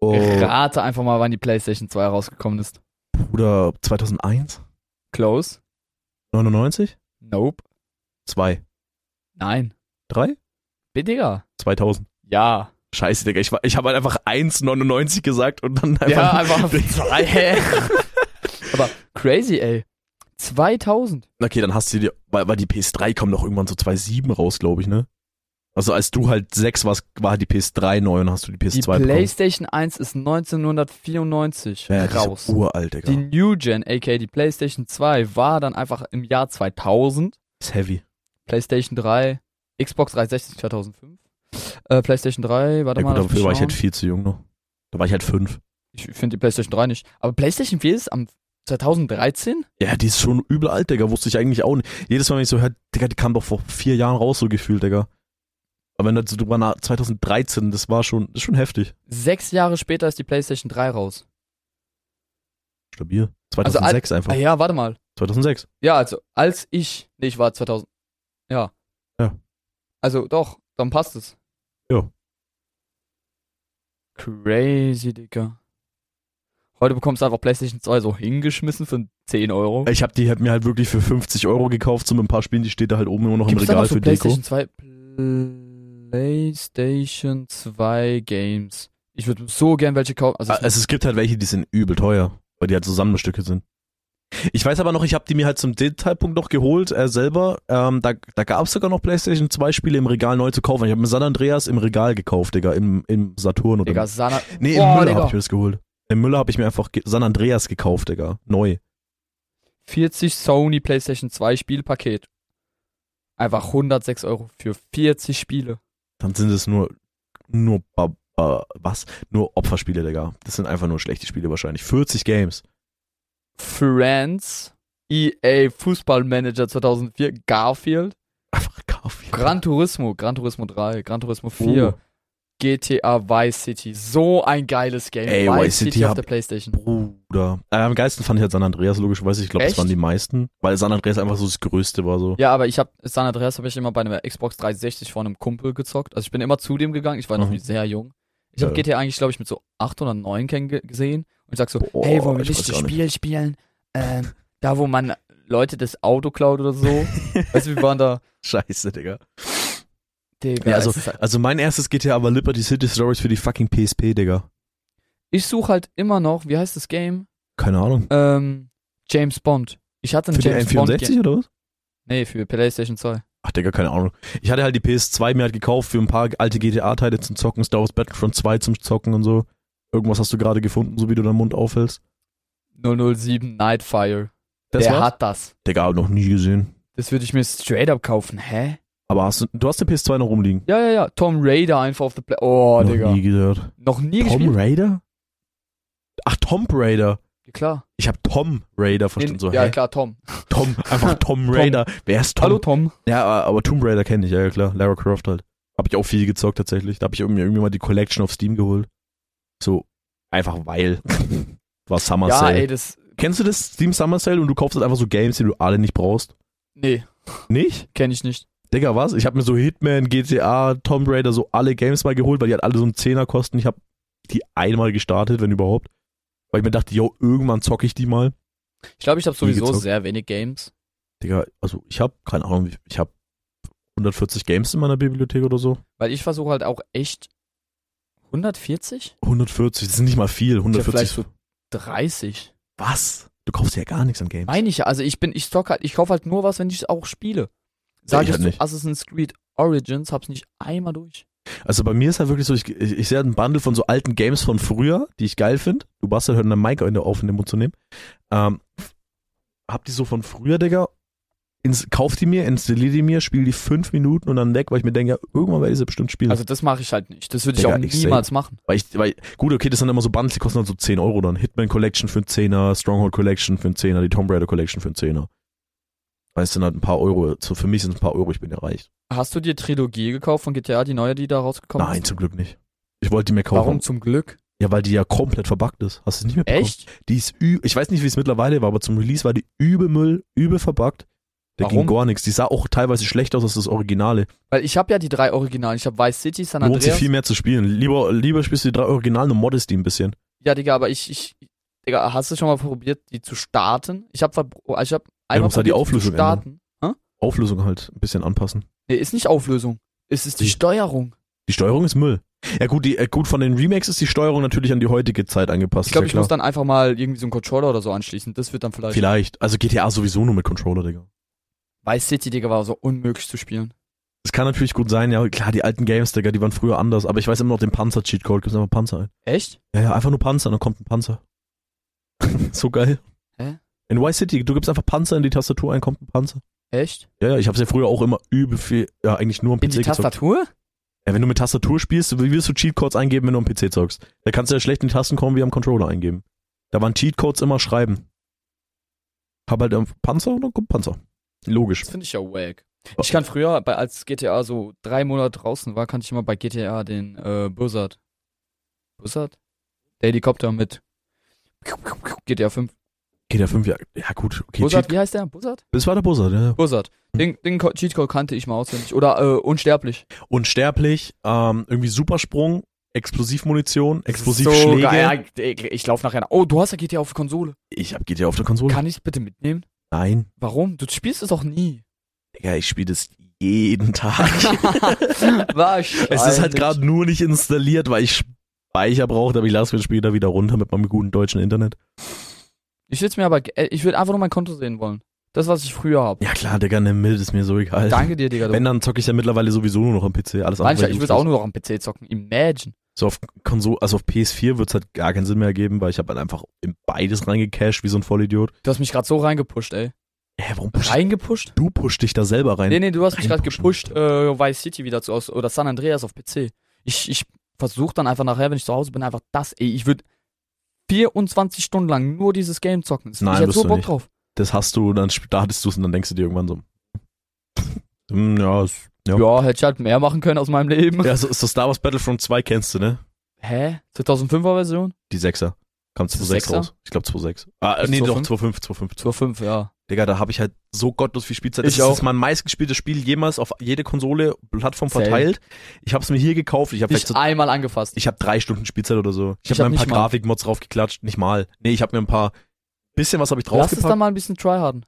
[SPEAKER 2] Oh,
[SPEAKER 1] Rate einfach mal, wann die PlayStation 2 rausgekommen ist.
[SPEAKER 2] Bruder, 2001?
[SPEAKER 1] Close?
[SPEAKER 2] 99?
[SPEAKER 1] Nope.
[SPEAKER 2] 2?
[SPEAKER 1] Nein.
[SPEAKER 2] 3?
[SPEAKER 1] Digga.
[SPEAKER 2] 2000?
[SPEAKER 1] Ja.
[SPEAKER 2] Scheiße, Digga, ich, war- ich habe halt einfach 1,99 gesagt und dann einfach...
[SPEAKER 1] ja, einfach zwei. hä? Aber crazy, ey. 2000.
[SPEAKER 2] Okay, dann hast du dir, weil, weil die PS3 kommt doch irgendwann so 2.7 raus, glaube ich, ne? Also als du halt 6 warst, war die PS3 neu und hast du die
[SPEAKER 1] Die
[SPEAKER 2] PS2 bekommen.
[SPEAKER 1] PlayStation 1 ist 1994
[SPEAKER 2] Ja, ja, die ist
[SPEAKER 1] raus.
[SPEAKER 2] uralt, Digga.
[SPEAKER 1] Die New Gen, aka die PlayStation 2, war dann einfach im Jahr 2000.
[SPEAKER 2] ist heavy.
[SPEAKER 1] PlayStation 3, Xbox 360 2005. Äh, PlayStation 3, warte
[SPEAKER 2] Ja
[SPEAKER 1] mal.
[SPEAKER 2] gut,
[SPEAKER 1] lass mich
[SPEAKER 2] dafür war ich
[SPEAKER 1] schauen.
[SPEAKER 2] halt viel zu jung noch. Da war ich halt 5.
[SPEAKER 1] Ich finde die PlayStation 3 nicht. Aber PlayStation 4 ist am 2013?
[SPEAKER 2] Ja, die ist schon übel alt, Digga. Wusste ich eigentlich auch nicht. Jedes Mal, wenn ich so hört, Digga, die kam doch vor vier Jahren raus, so gefühlt, Digga. Aber wenn du so drüber nach 2013, das war schon, das ist schon heftig.
[SPEAKER 1] Sechs Jahre später ist die PlayStation 3 raus.
[SPEAKER 2] Stabil.
[SPEAKER 1] Also
[SPEAKER 2] 2006
[SPEAKER 1] Ah
[SPEAKER 2] einfach.
[SPEAKER 1] ja, warte mal.
[SPEAKER 2] 2006.
[SPEAKER 1] Ja, also, als ich. Nee, ich war 2000. Ja.
[SPEAKER 2] Ja.
[SPEAKER 1] Also, doch, dann passt es.
[SPEAKER 2] Ja.
[SPEAKER 1] Crazy, Dicker. Heute bekommst du einfach PlayStation 2 so hingeschmissen für einen 10 Euro.
[SPEAKER 2] Ich habe die hab mir halt wirklich für 50 Euro gekauft, so mit ein paar Spielen, die steht da halt oben immer noch
[SPEAKER 1] Gibt's
[SPEAKER 2] im
[SPEAKER 1] da
[SPEAKER 2] Regal
[SPEAKER 1] noch so
[SPEAKER 2] für Deko.
[SPEAKER 1] PlayStation 2 PlayStation 2 Games. Ich würde so gern welche kaufen. Also
[SPEAKER 2] Ah, Also es gibt halt welche, die sind übel teuer, weil die halt so Sammlerstücke sind. Ich weiß aber noch, ich habe die mir halt zum Detailpunkt noch geholt, äh, selber. Ähm, da da gab es sogar noch PlayStation 2 Spiele im Regal neu zu kaufen. Ich habe mir San Andreas im Regal gekauft, Digga, im, im Saturn oder
[SPEAKER 1] Digga, Sana.
[SPEAKER 2] Nee, im
[SPEAKER 1] Boah,
[SPEAKER 2] Müller
[SPEAKER 1] Digga.
[SPEAKER 2] habe ich mir das geholt. Im Müller habe ich mir einfach ge- San Andreas gekauft, Digga. Neu.
[SPEAKER 1] 40 Sony PlayStation 2 Spielpaket. Einfach 106 Euro für 40 Spiele.
[SPEAKER 2] Dann sind es nur, nur, ba, ba, was? Nur Opferspiele, Digga. Das sind einfach nur schlechte Spiele wahrscheinlich. 40 Games.
[SPEAKER 1] Friends, E EA Fußballmanager 2004, Garfield,
[SPEAKER 2] Einfach Garfield.
[SPEAKER 1] Gran Turismo, Gran Turismo 3, Gran Turismo
[SPEAKER 2] Oh.
[SPEAKER 1] 4, GTA Vice City. So ein geiles Game.
[SPEAKER 2] Ey, Vice City
[SPEAKER 1] auf
[SPEAKER 2] hab-
[SPEAKER 1] der PlayStation.
[SPEAKER 2] Bruder. Äh, am geilsten fand ich halt San Andreas, logischerweise. Ich glaube, das
[SPEAKER 1] Echt?
[SPEAKER 2] waren die meisten. Weil San Andreas einfach so das Größte war, so.
[SPEAKER 1] Ja, aber ich habe San Andreas habe ich immer bei einer Xbox 360 von einem Kumpel gezockt. Also ich bin immer zu dem gegangen. Ich war noch
[SPEAKER 2] Mhm.
[SPEAKER 1] sehr jung. Ich habe
[SPEAKER 2] Ja.
[SPEAKER 1] GTA eigentlich, glaube ich, mit so 8 oder 9 kenn- ge- gesehen und ich sag so,
[SPEAKER 2] Boah,
[SPEAKER 1] hey, wollen wir
[SPEAKER 2] ich
[SPEAKER 1] nicht
[SPEAKER 2] weiß
[SPEAKER 1] das
[SPEAKER 2] auch nicht.
[SPEAKER 1] Spiel spielen? Ähm, da, wo man Leute das Auto klaut oder so. weißt du, wir waren da.
[SPEAKER 2] Scheiße, Digga.
[SPEAKER 1] Digga,
[SPEAKER 2] Ja, also-
[SPEAKER 1] es ist halt-
[SPEAKER 2] Also mein erstes GTA war Liberty City Stories für die fucking PSP, Digga.
[SPEAKER 1] ich suche halt immer noch, wie heißt das Game?
[SPEAKER 2] Keine Ahnung.
[SPEAKER 1] Ähm, James Bond. Ich hatte ein
[SPEAKER 2] Für die
[SPEAKER 1] James Bond Game.
[SPEAKER 2] N64 oder was?
[SPEAKER 1] Nee, für PlayStation 2.
[SPEAKER 2] Ach, Digga, keine Ahnung. Ich hatte halt die PS2 mir halt gekauft für ein paar alte GTA-Teile zum Zocken, Star Wars Battlefront 2 zum Zocken und so. Irgendwas hast du gerade gefunden, so wie du deinen Mund aufhältst.
[SPEAKER 1] 007 Nightfire.
[SPEAKER 2] Das
[SPEAKER 1] Der
[SPEAKER 2] war's?
[SPEAKER 1] hat das.
[SPEAKER 2] Digga, hab noch nie gesehen.
[SPEAKER 1] Das würde ich mir straight up kaufen. Hä?
[SPEAKER 2] Aber hast du, du hast eine PS2 noch rumliegen?
[SPEAKER 1] Ja, ja, ja. Tom Raider einfach auf der Play. Oh,
[SPEAKER 2] noch
[SPEAKER 1] Digga.
[SPEAKER 2] nie gehört.
[SPEAKER 1] Noch nie
[SPEAKER 2] Tom
[SPEAKER 1] gespielt?
[SPEAKER 2] Raider? Ach, Tom Raider.
[SPEAKER 1] Ja, klar.
[SPEAKER 2] Ich habe Tom Raider verstanden.
[SPEAKER 1] Den,
[SPEAKER 2] so,
[SPEAKER 1] ja,
[SPEAKER 2] hä?
[SPEAKER 1] klar, Tom.
[SPEAKER 2] Tom, einfach Tom Raider. Wer ist Tom?
[SPEAKER 1] Hallo, Tom.
[SPEAKER 2] Ja, aber- aber Tomb Raider kenne ich, ja ja, klar. Lara Croft halt. Hab ich auch viel gezockt tatsächlich. Da hab ich irgendwie, irgendwie mal die Collection auf Steam geholt. So, einfach weil. War Summer
[SPEAKER 1] ja,
[SPEAKER 2] Sale.
[SPEAKER 1] ey, das.
[SPEAKER 2] Kennst du das Steam Summer Sale und du kaufst halt einfach so Games, die du alle nicht brauchst?
[SPEAKER 1] Nee,
[SPEAKER 2] Nicht?
[SPEAKER 1] kenne ich nicht.
[SPEAKER 2] Digga, was? Ich hab mir so Hitman, GTA, Tomb Raider, so alle Games mal geholt, weil die halt alle so einen Zehner kosten. Ich hab die einmal gestartet, wenn überhaupt. Weil ich mir dachte, yo, irgendwann zocke ich die mal.
[SPEAKER 1] Ich glaube, ich habe sowieso
[SPEAKER 2] gezockt.
[SPEAKER 1] sehr wenig Games.
[SPEAKER 2] Digga, also ich habe keine Ahnung, wie- ich habe 140 Games in meiner Bibliothek oder so.
[SPEAKER 1] Weil ich versuche halt auch echt 140?
[SPEAKER 2] 140, das ist nicht mal viel.
[SPEAKER 1] vielleicht
[SPEAKER 2] 140.
[SPEAKER 1] so 30.
[SPEAKER 2] was? Du kaufst ja gar nichts an Games.
[SPEAKER 1] Meine ich ja. Also ich bin, ich zock halt, ich kaufe halt nur was, wenn ich es auch spiele. Sag
[SPEAKER 2] ich
[SPEAKER 1] ich,
[SPEAKER 2] halt
[SPEAKER 1] zu
[SPEAKER 2] nicht.
[SPEAKER 1] Assassin's Creed Origins, hab's nicht einmal durch.
[SPEAKER 2] Also bei mir ist halt wirklich so, ich, ich, ich sehe halt einen Bundle von so alten Games von früher, die ich geil finde. Du bastelt halt eine Mike in der auf in den Mund zu nehmen. Ähm, hab die so von früher, Digga. Ins, kauf die mir, installier die mir, spiel die fünf Minuten und dann weg, weil ich mir denke, ja, irgendwann werde ich sie bestimmt spielen.
[SPEAKER 1] Also das mache ich halt nicht. Das würde ich
[SPEAKER 2] Digga,
[SPEAKER 1] auch
[SPEAKER 2] ich
[SPEAKER 1] niemals machen.
[SPEAKER 2] Weil ich, weil, gut, okay, das sind immer so Bundles, die kosten dann so 10 Euro dann. Hitman Collection für einen Zehner, Stronghold Collection für einen Zehner, die Tomb Raider Collection für einen Zehner. Weißt du, dann halt ein paar Euro. So, für mich sind es ein paar Euro, ich bin ja reich.
[SPEAKER 1] Hast du dir Trilogie gekauft von GTA, die neue, die da rausgekommen
[SPEAKER 2] Nein,
[SPEAKER 1] ist?
[SPEAKER 2] zum Glück nicht. Ich wollte die mir kaufen.
[SPEAKER 1] Warum zum Glück?
[SPEAKER 2] Ja, weil die ja komplett verbuggt ist. Hast du es nicht mehr bekommen?
[SPEAKER 1] Echt?
[SPEAKER 2] Die ist ü ich weiß nicht, wie es mittlerweile war, aber zum Release war die übel Müll, übel verbuggt. Da
[SPEAKER 1] Warum?
[SPEAKER 2] ging gar nichts. Die sah auch teilweise schlecht aus als das Originale.
[SPEAKER 1] Weil ich habe ja die drei Originalen. Ich habe Vice City, San
[SPEAKER 2] Lohnt sich
[SPEAKER 1] Andreas.
[SPEAKER 2] viel mehr zu spielen. Lieber, lieber spielst du die drei Originalen und moddest die ein bisschen.
[SPEAKER 1] Ja, Digga, aber ich, ich, Digga, hast du schon mal probiert, die zu starten? Ich habe ich hab einmal
[SPEAKER 2] musst halt die
[SPEAKER 1] probiert, zu
[SPEAKER 2] Auflösung ändern.
[SPEAKER 1] starten. Hä?
[SPEAKER 2] Auflösung halt ein bisschen anpassen.
[SPEAKER 1] Nee, ist nicht Auflösung. Es ist die
[SPEAKER 2] Wie?
[SPEAKER 1] Steuerung.
[SPEAKER 2] Die Steuerung ist Müll. Ja gut, die, äh, gut, von den Remakes ist die Steuerung natürlich an die heutige Zeit angepasst.
[SPEAKER 1] Ich glaube,
[SPEAKER 2] ist
[SPEAKER 1] ich
[SPEAKER 2] ja
[SPEAKER 1] muss
[SPEAKER 2] klar.
[SPEAKER 1] dann einfach mal irgendwie so einen Controller oder so anschließen. Das wird dann vielleicht.
[SPEAKER 2] Vielleicht. Also GTA sowieso nur mit Controller, Digga.
[SPEAKER 1] Vice City, Digga, war so unmöglich zu spielen.
[SPEAKER 2] Das kann natürlich gut sein, ja klar, die alten Games, Digga, die waren früher anders, aber ich weiß immer noch den Panzer-Cheat-Code, gibt's einfach Panzer ein.
[SPEAKER 1] Echt?
[SPEAKER 2] Ja, ja, einfach nur Panzer, dann kommt ein Panzer. so geil.
[SPEAKER 1] Hä?
[SPEAKER 2] In Y City, du gibst einfach Panzer in die Tastatur ein, kommt ein Panzer.
[SPEAKER 1] Echt?
[SPEAKER 2] Ja, ja, ich hab's ja früher auch immer übel viel, ja, eigentlich nur am PC
[SPEAKER 1] In die
[SPEAKER 2] gezockt.
[SPEAKER 1] Tastatur?
[SPEAKER 2] Ja, wenn du mit Tastatur spielst, wie wirst du Cheatcodes eingeben, wenn du am PC zockst? Da kannst du ja schlecht in die Tasten kommen wie am Controller eingeben. Da waren Cheatcodes immer schreiben. Hab halt einen Panzer und dann kommt Panzer. Logisch.
[SPEAKER 1] Das finde ich ja wack.
[SPEAKER 2] Oh.
[SPEAKER 1] Ich kann früher, bei, als GTA so drei Monate draußen war, kannte ich immer bei GTA den äh, Buzzard. Buzzard? Der Helikopter mit GTA 5.
[SPEAKER 2] GTA 5, ja, ja gut. Okay,
[SPEAKER 1] Buzzard,
[SPEAKER 2] Cheat,
[SPEAKER 1] wie heißt der? Buzzard?
[SPEAKER 2] das war der Buzzard, ja.
[SPEAKER 1] Buzzard. Den, den Co- Cheatcode kannte ich mal auswendig. Oder äh, unsterblich.
[SPEAKER 2] Unsterblich, ähm, irgendwie Supersprung, Explosivmunition,
[SPEAKER 1] Das ist So
[SPEAKER 2] Explosivschläge.
[SPEAKER 1] geil. Ja, ich ich laufe nachher nach. Oh, du hast ja GTA auf der Konsole.
[SPEAKER 2] ich hab GTA auf der Konsole.
[SPEAKER 1] Kann ich bitte mitnehmen?
[SPEAKER 2] Nein.
[SPEAKER 1] Warum? Du spielst es doch nie.
[SPEAKER 2] Digga, ich spiele das jeden Tag.
[SPEAKER 1] Wahrscheinlich.
[SPEAKER 2] es ist halt gerade nur nicht installiert, weil ich Speicher brauche, aber ich lasse mir das Spiel da wieder runter mit meinem guten deutschen Internet.
[SPEAKER 1] Ich würde mir aber, ge- äh, ich würde einfach nur mein Konto sehen wollen. Das, was ich früher habe.
[SPEAKER 2] Ja klar, Digga, ne Mild ist mir so egal.
[SPEAKER 1] Danke dir, Digga. Du.
[SPEAKER 2] Wenn, dann zocke ich ja mittlerweile sowieso nur noch am PC. Alles
[SPEAKER 1] Manchmal, ich
[SPEAKER 2] ist
[SPEAKER 1] würde auch nur noch am PC zocken. Imagine.
[SPEAKER 2] So auf Konsole, also auf PS4 wird's halt gar keinen Sinn mehr ergeben, weil ich habe halt einfach in beides reingecashed wie so ein Vollidiot.
[SPEAKER 1] Du hast mich gerade so reingepusht, ey.
[SPEAKER 2] Hä, warum pusht
[SPEAKER 1] Reingepusht?
[SPEAKER 2] du pusht dich da selber rein?
[SPEAKER 1] Nee, nee, du hast mich gerade
[SPEAKER 2] Reinpushen.
[SPEAKER 1] gepusht, äh, Vice City wieder zu aus oder San Andreas auf PC. Ich, ich versuche dann einfach nachher, wenn ich zu Hause bin, einfach das, ey. Ich würde 24 Stunden lang nur dieses Game zocken.
[SPEAKER 2] Nein,
[SPEAKER 1] ich hätt
[SPEAKER 2] wirst
[SPEAKER 1] so
[SPEAKER 2] du
[SPEAKER 1] Bock
[SPEAKER 2] nicht.
[SPEAKER 1] drauf.
[SPEAKER 2] Das hast du, dann startest du es und dann denkst du dir irgendwann so. hm, ja, ist, ja. ja.
[SPEAKER 1] Ja, hätte ich halt mehr machen können aus meinem Leben.
[SPEAKER 2] so, so Star Wars Battlefront 2 kennst du, ne?
[SPEAKER 1] Hä? 2005er Version?
[SPEAKER 2] Die Sechser. Kam
[SPEAKER 1] Ist das
[SPEAKER 2] 2.6
[SPEAKER 1] Sechser?
[SPEAKER 2] raus. Ich glaube 2.6. Ah, äh,
[SPEAKER 1] Ist
[SPEAKER 2] nee, doch
[SPEAKER 1] 2.5?
[SPEAKER 2] 2.5, 2.5.
[SPEAKER 1] 2005, ja.
[SPEAKER 2] Digga, da habe ich halt so gottlos viel Spielzeit.
[SPEAKER 1] Ich
[SPEAKER 2] das
[SPEAKER 1] auch.
[SPEAKER 2] ist jetzt mein meistgespieltes Spiel jemals auf jede Konsole, Plattform
[SPEAKER 1] Same.
[SPEAKER 2] verteilt. Ich habe es mir hier gekauft. Ich habe vielleicht
[SPEAKER 1] Nicht
[SPEAKER 2] so
[SPEAKER 1] einmal angefasst.
[SPEAKER 2] Ich habe drei Stunden Spielzeit oder so. Ich
[SPEAKER 1] Ich
[SPEAKER 2] habe
[SPEAKER 1] hab
[SPEAKER 2] mir ein paar
[SPEAKER 1] nicht mal.
[SPEAKER 2] Grafikmods draufgeklatscht. Nicht mal. Nee, ich habe mir ein paar. Bisschen was habe ich
[SPEAKER 1] Lass es
[SPEAKER 2] draufgepackt.
[SPEAKER 1] dann mal ein bisschen tryharden.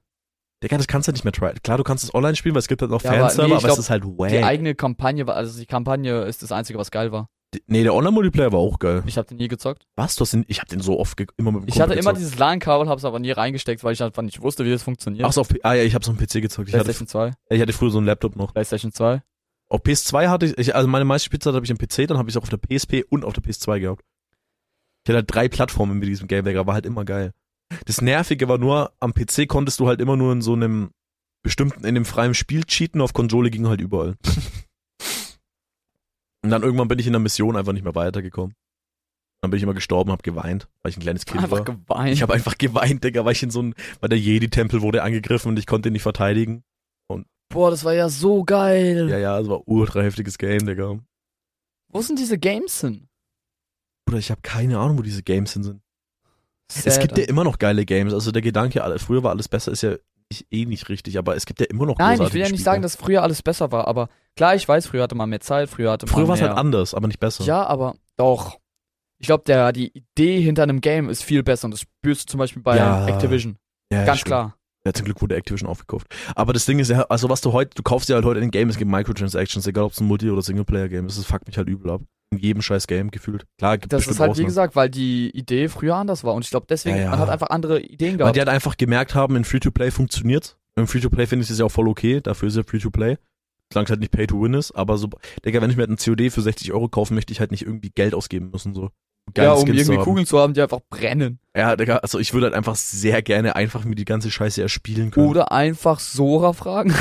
[SPEAKER 2] Digga, das kannst du halt nicht mehr try. Klar, du kannst es online spielen, weil es gibt halt noch
[SPEAKER 1] Ja, aber-
[SPEAKER 2] Fanserver,
[SPEAKER 1] nee,
[SPEAKER 2] aber,
[SPEAKER 1] ich
[SPEAKER 2] es
[SPEAKER 1] glaub,
[SPEAKER 2] ist halt
[SPEAKER 1] Die
[SPEAKER 2] wack.
[SPEAKER 1] eigene Kampagne, war- also die Kampagne ist das Einzige, was geil war.
[SPEAKER 2] Die- Nee, der Online-Multiplayer war auch geil.
[SPEAKER 1] Ich habe den nie gezockt.
[SPEAKER 2] Was? Du hast den, ich habe den so oft ge immer mit dem
[SPEAKER 1] Ich
[SPEAKER 2] Kumpel
[SPEAKER 1] hatte immer
[SPEAKER 2] gezockt.
[SPEAKER 1] dieses LAN-Kabel, hab's aber nie reingesteckt, weil ich einfach nicht wusste, wie das funktioniert.
[SPEAKER 2] Ach so, auf, P- ah ja, ich habe so einen PC gezockt. Ich hatte,
[SPEAKER 1] PlayStation 2.
[SPEAKER 2] ich hatte früher so einen Laptop noch.
[SPEAKER 1] PlayStation 2.
[SPEAKER 2] Auf PS2 hatte ich, ich also meine meiste Spielzeit habe ich am PC, dann habe ich auch auf der PSP und auf der PS2 gehabt. Ich hatte halt drei Plattformen mit diesem Game, Digga, war halt immer geil. Das Nervige war nur, am PC konntest du halt immer nur in so einem bestimmten, in dem freien Spiel cheaten, auf Konsole ging halt überall. und dann irgendwann bin ich in der Mission einfach nicht mehr weitergekommen. Dann bin ich immer gestorben, hab geweint, weil ich ein kleines Kind
[SPEAKER 1] Einfach
[SPEAKER 2] war.
[SPEAKER 1] geweint.
[SPEAKER 2] Ich habe einfach geweint, Digga, weil ich in so einem, weil der Jedi-Tempel wurde angegriffen und ich konnte ihn nicht verteidigen.
[SPEAKER 1] Boah, das war ja so geil.
[SPEAKER 2] Ja, ja, es war ultra heftiges Game, Digga.
[SPEAKER 1] Wo sind diese Games hin?
[SPEAKER 2] Bruder, ich habe keine Ahnung, wo diese Games hin sind. es
[SPEAKER 1] Sad.
[SPEAKER 2] gibt ja immer noch geile Games. Also der Gedanke, alle- früher war alles besser, ist ja nicht, eh nicht richtig, aber es gibt ja immer noch
[SPEAKER 1] Nein, ich
[SPEAKER 2] großartige
[SPEAKER 1] will ja nicht
[SPEAKER 2] Spiele.
[SPEAKER 1] sagen, dass früher alles besser war, aber klar, ich weiß, früher hatte man mehr Zeit, früher hatte man
[SPEAKER 2] Früher war
[SPEAKER 1] mehr...
[SPEAKER 2] es halt anders, aber nicht besser.
[SPEAKER 1] Ja, aber doch. Ich glaube, die Idee hinter einem Game ist viel besser und das spürst du zum Beispiel bei
[SPEAKER 2] Ja,
[SPEAKER 1] Activision.
[SPEAKER 2] Ja,
[SPEAKER 1] Ganz
[SPEAKER 2] stimmt.
[SPEAKER 1] klar.
[SPEAKER 2] Ja, zum Glück wurde Activision aufgekauft. Aber das Ding ist ja, also was du heute, du kaufst dir halt heute ein Game, es gibt Microtransactions, egal ob es ein Multi- oder Singleplayer-Game ist, das fuckt mich halt übel ab. In jedem scheiß Game gefühlt. Klar, gibt
[SPEAKER 1] Das
[SPEAKER 2] bestimmt
[SPEAKER 1] ist halt, wie
[SPEAKER 2] Ausnahmen.
[SPEAKER 1] gesagt, weil die Idee früher anders war und ich glaube, deswegen,
[SPEAKER 2] Ja, ja.
[SPEAKER 1] man hat einfach andere Ideen
[SPEAKER 2] Weil
[SPEAKER 1] gehabt.
[SPEAKER 2] die halt einfach gemerkt haben, in Free-to-Play funktioniert. Im Free-to-Play finde ich das ja auch voll okay, dafür ist ja Free-to-Play. Solange es halt nicht Pay-to-Win ist, aber so, Digga, wenn ich mir halt einen COD für 60 Euro kaufen möchte, ich halt nicht irgendwie Geld ausgeben müssen, so.
[SPEAKER 1] ja, um
[SPEAKER 2] Skins zu
[SPEAKER 1] irgendwie
[SPEAKER 2] haben.
[SPEAKER 1] Kugeln zu haben, die einfach brennen.
[SPEAKER 2] Ja, Digga, also ich würde halt einfach sehr gerne einfach mir die ganze Scheiße erspielen können.
[SPEAKER 1] Oder einfach Sora fragen.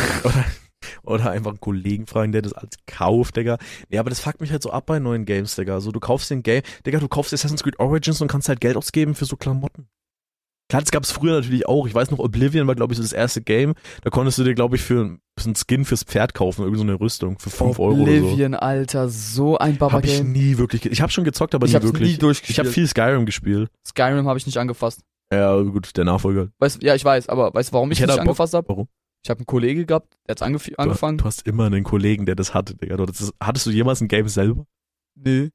[SPEAKER 2] Oder einfach einen Kollegen fragen, der das als kauft, Digga. Ja, aber das fuckt mich halt so ab bei neuen Games, Digga. So, du kaufst den Game, Digga, du kaufst Assassin's Creed Origins und kannst halt Geld ausgeben für so Klamotten. Klar, das gab's früher natürlich auch. Ich weiß noch, Oblivion war, glaube ich, so das erste Game. Da konntest du dir, glaube ich, für so einen Skin fürs Pferd kaufen, irgendeine so eine Rüstung für 5 Euro oder so.
[SPEAKER 1] Oblivion, Alter, so ein
[SPEAKER 2] Hab ich
[SPEAKER 1] Baba-Game.
[SPEAKER 2] nie wirklich, ge- ich habe schon gezockt, aber
[SPEAKER 1] Ich
[SPEAKER 2] nie
[SPEAKER 1] hab's
[SPEAKER 2] wirklich.
[SPEAKER 1] nie durchgespielt.
[SPEAKER 2] ich habe viel Skyrim gespielt.
[SPEAKER 1] Skyrim habe ich nicht angefasst.
[SPEAKER 2] Ja, gut, der Nachfolger.
[SPEAKER 1] Weißt, ja, ich weiß, aber weißt du, warum ich,
[SPEAKER 2] Ich hätte
[SPEAKER 1] nicht
[SPEAKER 2] Bock-
[SPEAKER 1] angefasst habe?
[SPEAKER 2] Warum?
[SPEAKER 1] Ich habe einen Kollege gehabt, der hat's angef angefangen.
[SPEAKER 2] Du, du hast immer einen Kollegen, der das hatte, Digga. Du, das ist, hattest du jemals ein Game selber?
[SPEAKER 1] Nee.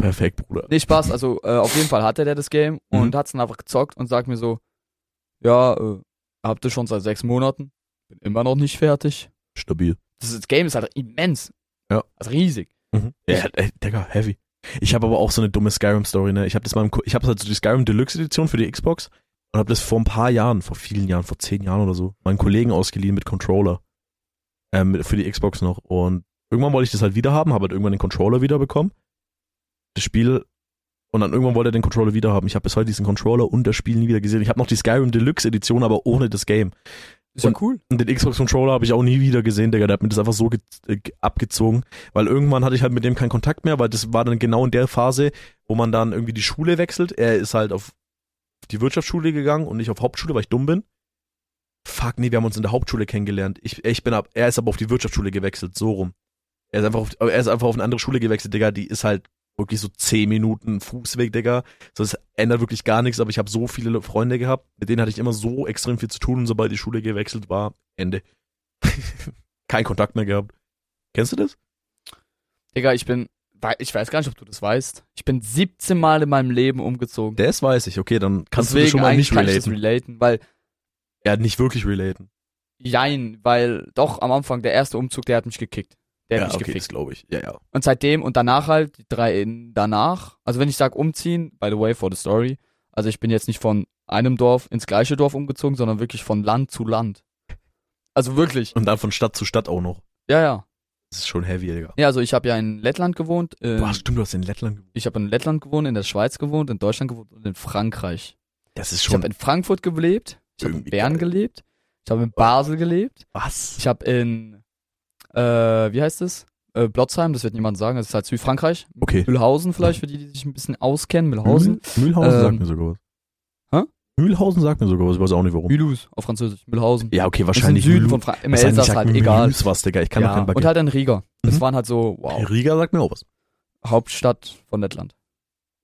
[SPEAKER 2] Perfekt, Bruder.
[SPEAKER 1] Nee, Spaß. Also äh, auf jeden Fall hatte der das Game
[SPEAKER 2] Mhm.
[SPEAKER 1] und hat's dann einfach gezockt und sagt mir so, ja, äh, habt ihr schon seit sechs Monaten, bin immer noch nicht fertig.
[SPEAKER 2] Stabil.
[SPEAKER 1] Das, ist- das Game ist halt immens.
[SPEAKER 2] Ja.
[SPEAKER 1] Also riesig.
[SPEAKER 2] Mhm. Ja, ey, Digga, heavy. Ich habe aber auch so eine dumme Skyrim-Story, ne? Ich habe das mal im, Ko- ich habe halt so die Skyrim Deluxe Edition für die Xbox und habe das vor ein paar Jahren, vor vielen Jahren, vor zehn Jahren oder so, meinen Kollegen ausgeliehen mit Controller. Ähm, für die Xbox noch. Und irgendwann wollte ich das halt wieder haben, habe halt irgendwann den Controller wieder bekommen. Das Spiel. Und dann irgendwann wollte er den Controller wieder haben. Ich habe bis heute diesen Controller und das Spiel nie wieder gesehen. Ich habe noch die Skyrim Deluxe Edition, aber ohne das Game.
[SPEAKER 1] Ist ja cool.
[SPEAKER 2] Und den Xbox-Controller habe ich auch nie wieder gesehen, Digga. Der hat mir das einfach so ge äh, ge- abgezogen. Weil irgendwann hatte ich halt mit dem keinen Kontakt mehr, weil das war dann genau in der Phase, wo man dann irgendwie die Schule wechselt. Er ist halt auf die Wirtschaftsschule gegangen und nicht auf Hauptschule, weil ich dumm bin. Fuck, nee, wir haben uns in der Hauptschule kennengelernt. Ich, ich bin ab, er ist aber auf die Wirtschaftsschule gewechselt, so rum. Er ist einfach auf, er ist einfach auf eine andere Schule gewechselt, Digga. Die ist halt wirklich so 10 Minuten Fußweg, Digga. So, es ändert wirklich gar nichts, aber ich habe so viele Le- Freunde gehabt, mit denen hatte ich immer so extrem viel zu tun und sobald die Schule gewechselt war, Ende. Kein Kontakt mehr gehabt. Kennst du das?
[SPEAKER 1] Digga, ich bin wei- ich weiß gar nicht, ob du das weißt. Ich bin 17 Mal in meinem Leben umgezogen.
[SPEAKER 2] Das weiß ich, okay, dann kannst
[SPEAKER 1] Deswegen
[SPEAKER 2] du das schon mal
[SPEAKER 1] eigentlich
[SPEAKER 2] nicht
[SPEAKER 1] kann ich das
[SPEAKER 2] relaten.
[SPEAKER 1] relaten, weil
[SPEAKER 2] Ja, nicht wirklich relaten.
[SPEAKER 1] jein, weil doch am Anfang der erste Umzug, der hat mich gekickt. Der hat
[SPEAKER 2] Ja,
[SPEAKER 1] mich
[SPEAKER 2] okay, das
[SPEAKER 1] gefickt.
[SPEAKER 2] glaube ich. Ja, ja.
[SPEAKER 1] Und seitdem und danach halt, die drei in, danach, also wenn ich sag umziehen, by the way, for the story, also ich bin jetzt nicht von einem Dorf ins gleiche Dorf umgezogen, sondern wirklich von Land zu Land. Also wirklich,
[SPEAKER 2] Und dann von Stadt zu Stadt auch noch.
[SPEAKER 1] ja, ja.
[SPEAKER 2] Das ist schon heavy, Digga.
[SPEAKER 1] Ja, also ich habe ja in Lettland gewohnt, äh,
[SPEAKER 2] Boah, stimmt, du hast in Lettland gewohnt.
[SPEAKER 1] ich habe in Lettland gewohnt, in der Schweiz gewohnt, in Deutschland gewohnt und in Frankreich.
[SPEAKER 2] Das ist
[SPEAKER 1] Ich habe
[SPEAKER 2] schon.
[SPEAKER 1] in Frankfurt gelebt, ich habe in
[SPEAKER 2] Irgendwie
[SPEAKER 1] Bern
[SPEAKER 2] geil.
[SPEAKER 1] gelebt, ich habe in Basel gelebt,
[SPEAKER 2] Was?
[SPEAKER 1] ich habe in, äh, wie heißt es? Äh, Blotzheim, das wird niemand sagen, das ist halt Südfrankreich.
[SPEAKER 2] Okay.
[SPEAKER 1] Mühlhausen vielleicht, für die, die sich ein bisschen auskennen, Mühlhausen.
[SPEAKER 2] Mühl- Mühlhausen
[SPEAKER 1] Ähm,
[SPEAKER 2] sagt mir sogar was.
[SPEAKER 1] hä?
[SPEAKER 2] Mühlhausen sagt mir sogar was, ich weiß auch nicht warum.
[SPEAKER 1] Mülhus auf Französisch, Mühlhausen.
[SPEAKER 2] Oh. Ja, okay,
[SPEAKER 1] Das ist im
[SPEAKER 2] wahrscheinlich.
[SPEAKER 1] Süden
[SPEAKER 2] Mühl-
[SPEAKER 1] von Frankreich, im
[SPEAKER 2] wahrscheinlich
[SPEAKER 1] Elsass
[SPEAKER 2] sagt
[SPEAKER 1] halt,
[SPEAKER 2] mir
[SPEAKER 1] egal.
[SPEAKER 2] Mühlhus was, Digga. Ich kann doch
[SPEAKER 1] ja.
[SPEAKER 2] kein
[SPEAKER 1] Und
[SPEAKER 2] Baguette.
[SPEAKER 1] halt in Riga. Das
[SPEAKER 2] Mhm.
[SPEAKER 1] waren halt so, wow,
[SPEAKER 2] Riga sagt mir auch was.
[SPEAKER 1] Hauptstadt von Lettland.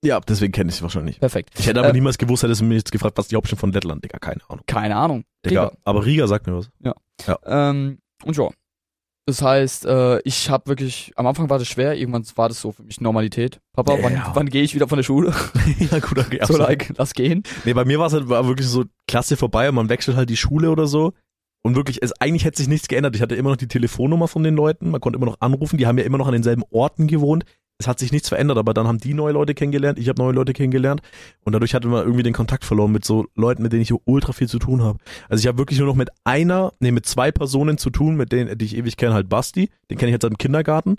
[SPEAKER 2] Ja, deswegen kenne ich es wahrscheinlich.
[SPEAKER 1] Perfekt.
[SPEAKER 2] Ich hätte aber
[SPEAKER 1] Äh,
[SPEAKER 2] niemals gewusst, hättest du mich jetzt gefragt, was die Hauptstadt von Lettland, Digga, keine Ahnung.
[SPEAKER 1] Keine Ahnung.
[SPEAKER 2] Digga, aber Riga sagt mir was.
[SPEAKER 1] Ähm, und ja. Das heißt, äh, ich habe wirklich, am Anfang war das schwer, irgendwann war das so für mich Normalität. Papa,
[SPEAKER 2] Ja.
[SPEAKER 1] wann, wann gehe ich wieder von der Schule?
[SPEAKER 2] ja, gut, okay.
[SPEAKER 1] so,
[SPEAKER 2] absolut.
[SPEAKER 1] like, lass gehen.
[SPEAKER 2] Nee, bei mir war es halt war wirklich so Klasse vorbei und man wechselt halt die Schule oder so. Und wirklich, es, eigentlich hätte sich nichts geändert. Ich hatte immer noch die Telefonnummer von den Leuten, man konnte immer noch anrufen, die haben ja immer noch an denselben Orten gewohnt. Es hat sich nichts verändert, aber dann haben die neue Leute kennengelernt, ich habe neue Leute kennengelernt und dadurch hatte man irgendwie den Kontakt verloren mit so Leuten, mit denen ich so ultra viel zu tun habe. Also ich habe wirklich nur noch mit einer, nee, mit zwei Personen zu tun, mit denen, die ich ewig kenne, halt Basti, den kenne ich jetzt seit dem Kindergarten.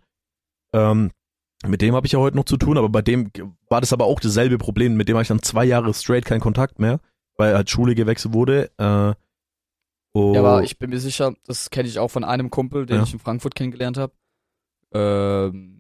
[SPEAKER 2] Ähm, mit dem habe ich ja heute noch zu tun, aber bei dem war das aber auch dasselbe Problem. Mit dem habe ich dann zwei Jahre straight keinen Kontakt mehr, weil halt Schule gewechselt wurde. Äh, oh,
[SPEAKER 1] Ja, aber ich bin mir sicher, das kenne ich auch von einem Kumpel, den
[SPEAKER 2] Ja.
[SPEAKER 1] ich in Frankfurt kennengelernt habe. Ähm,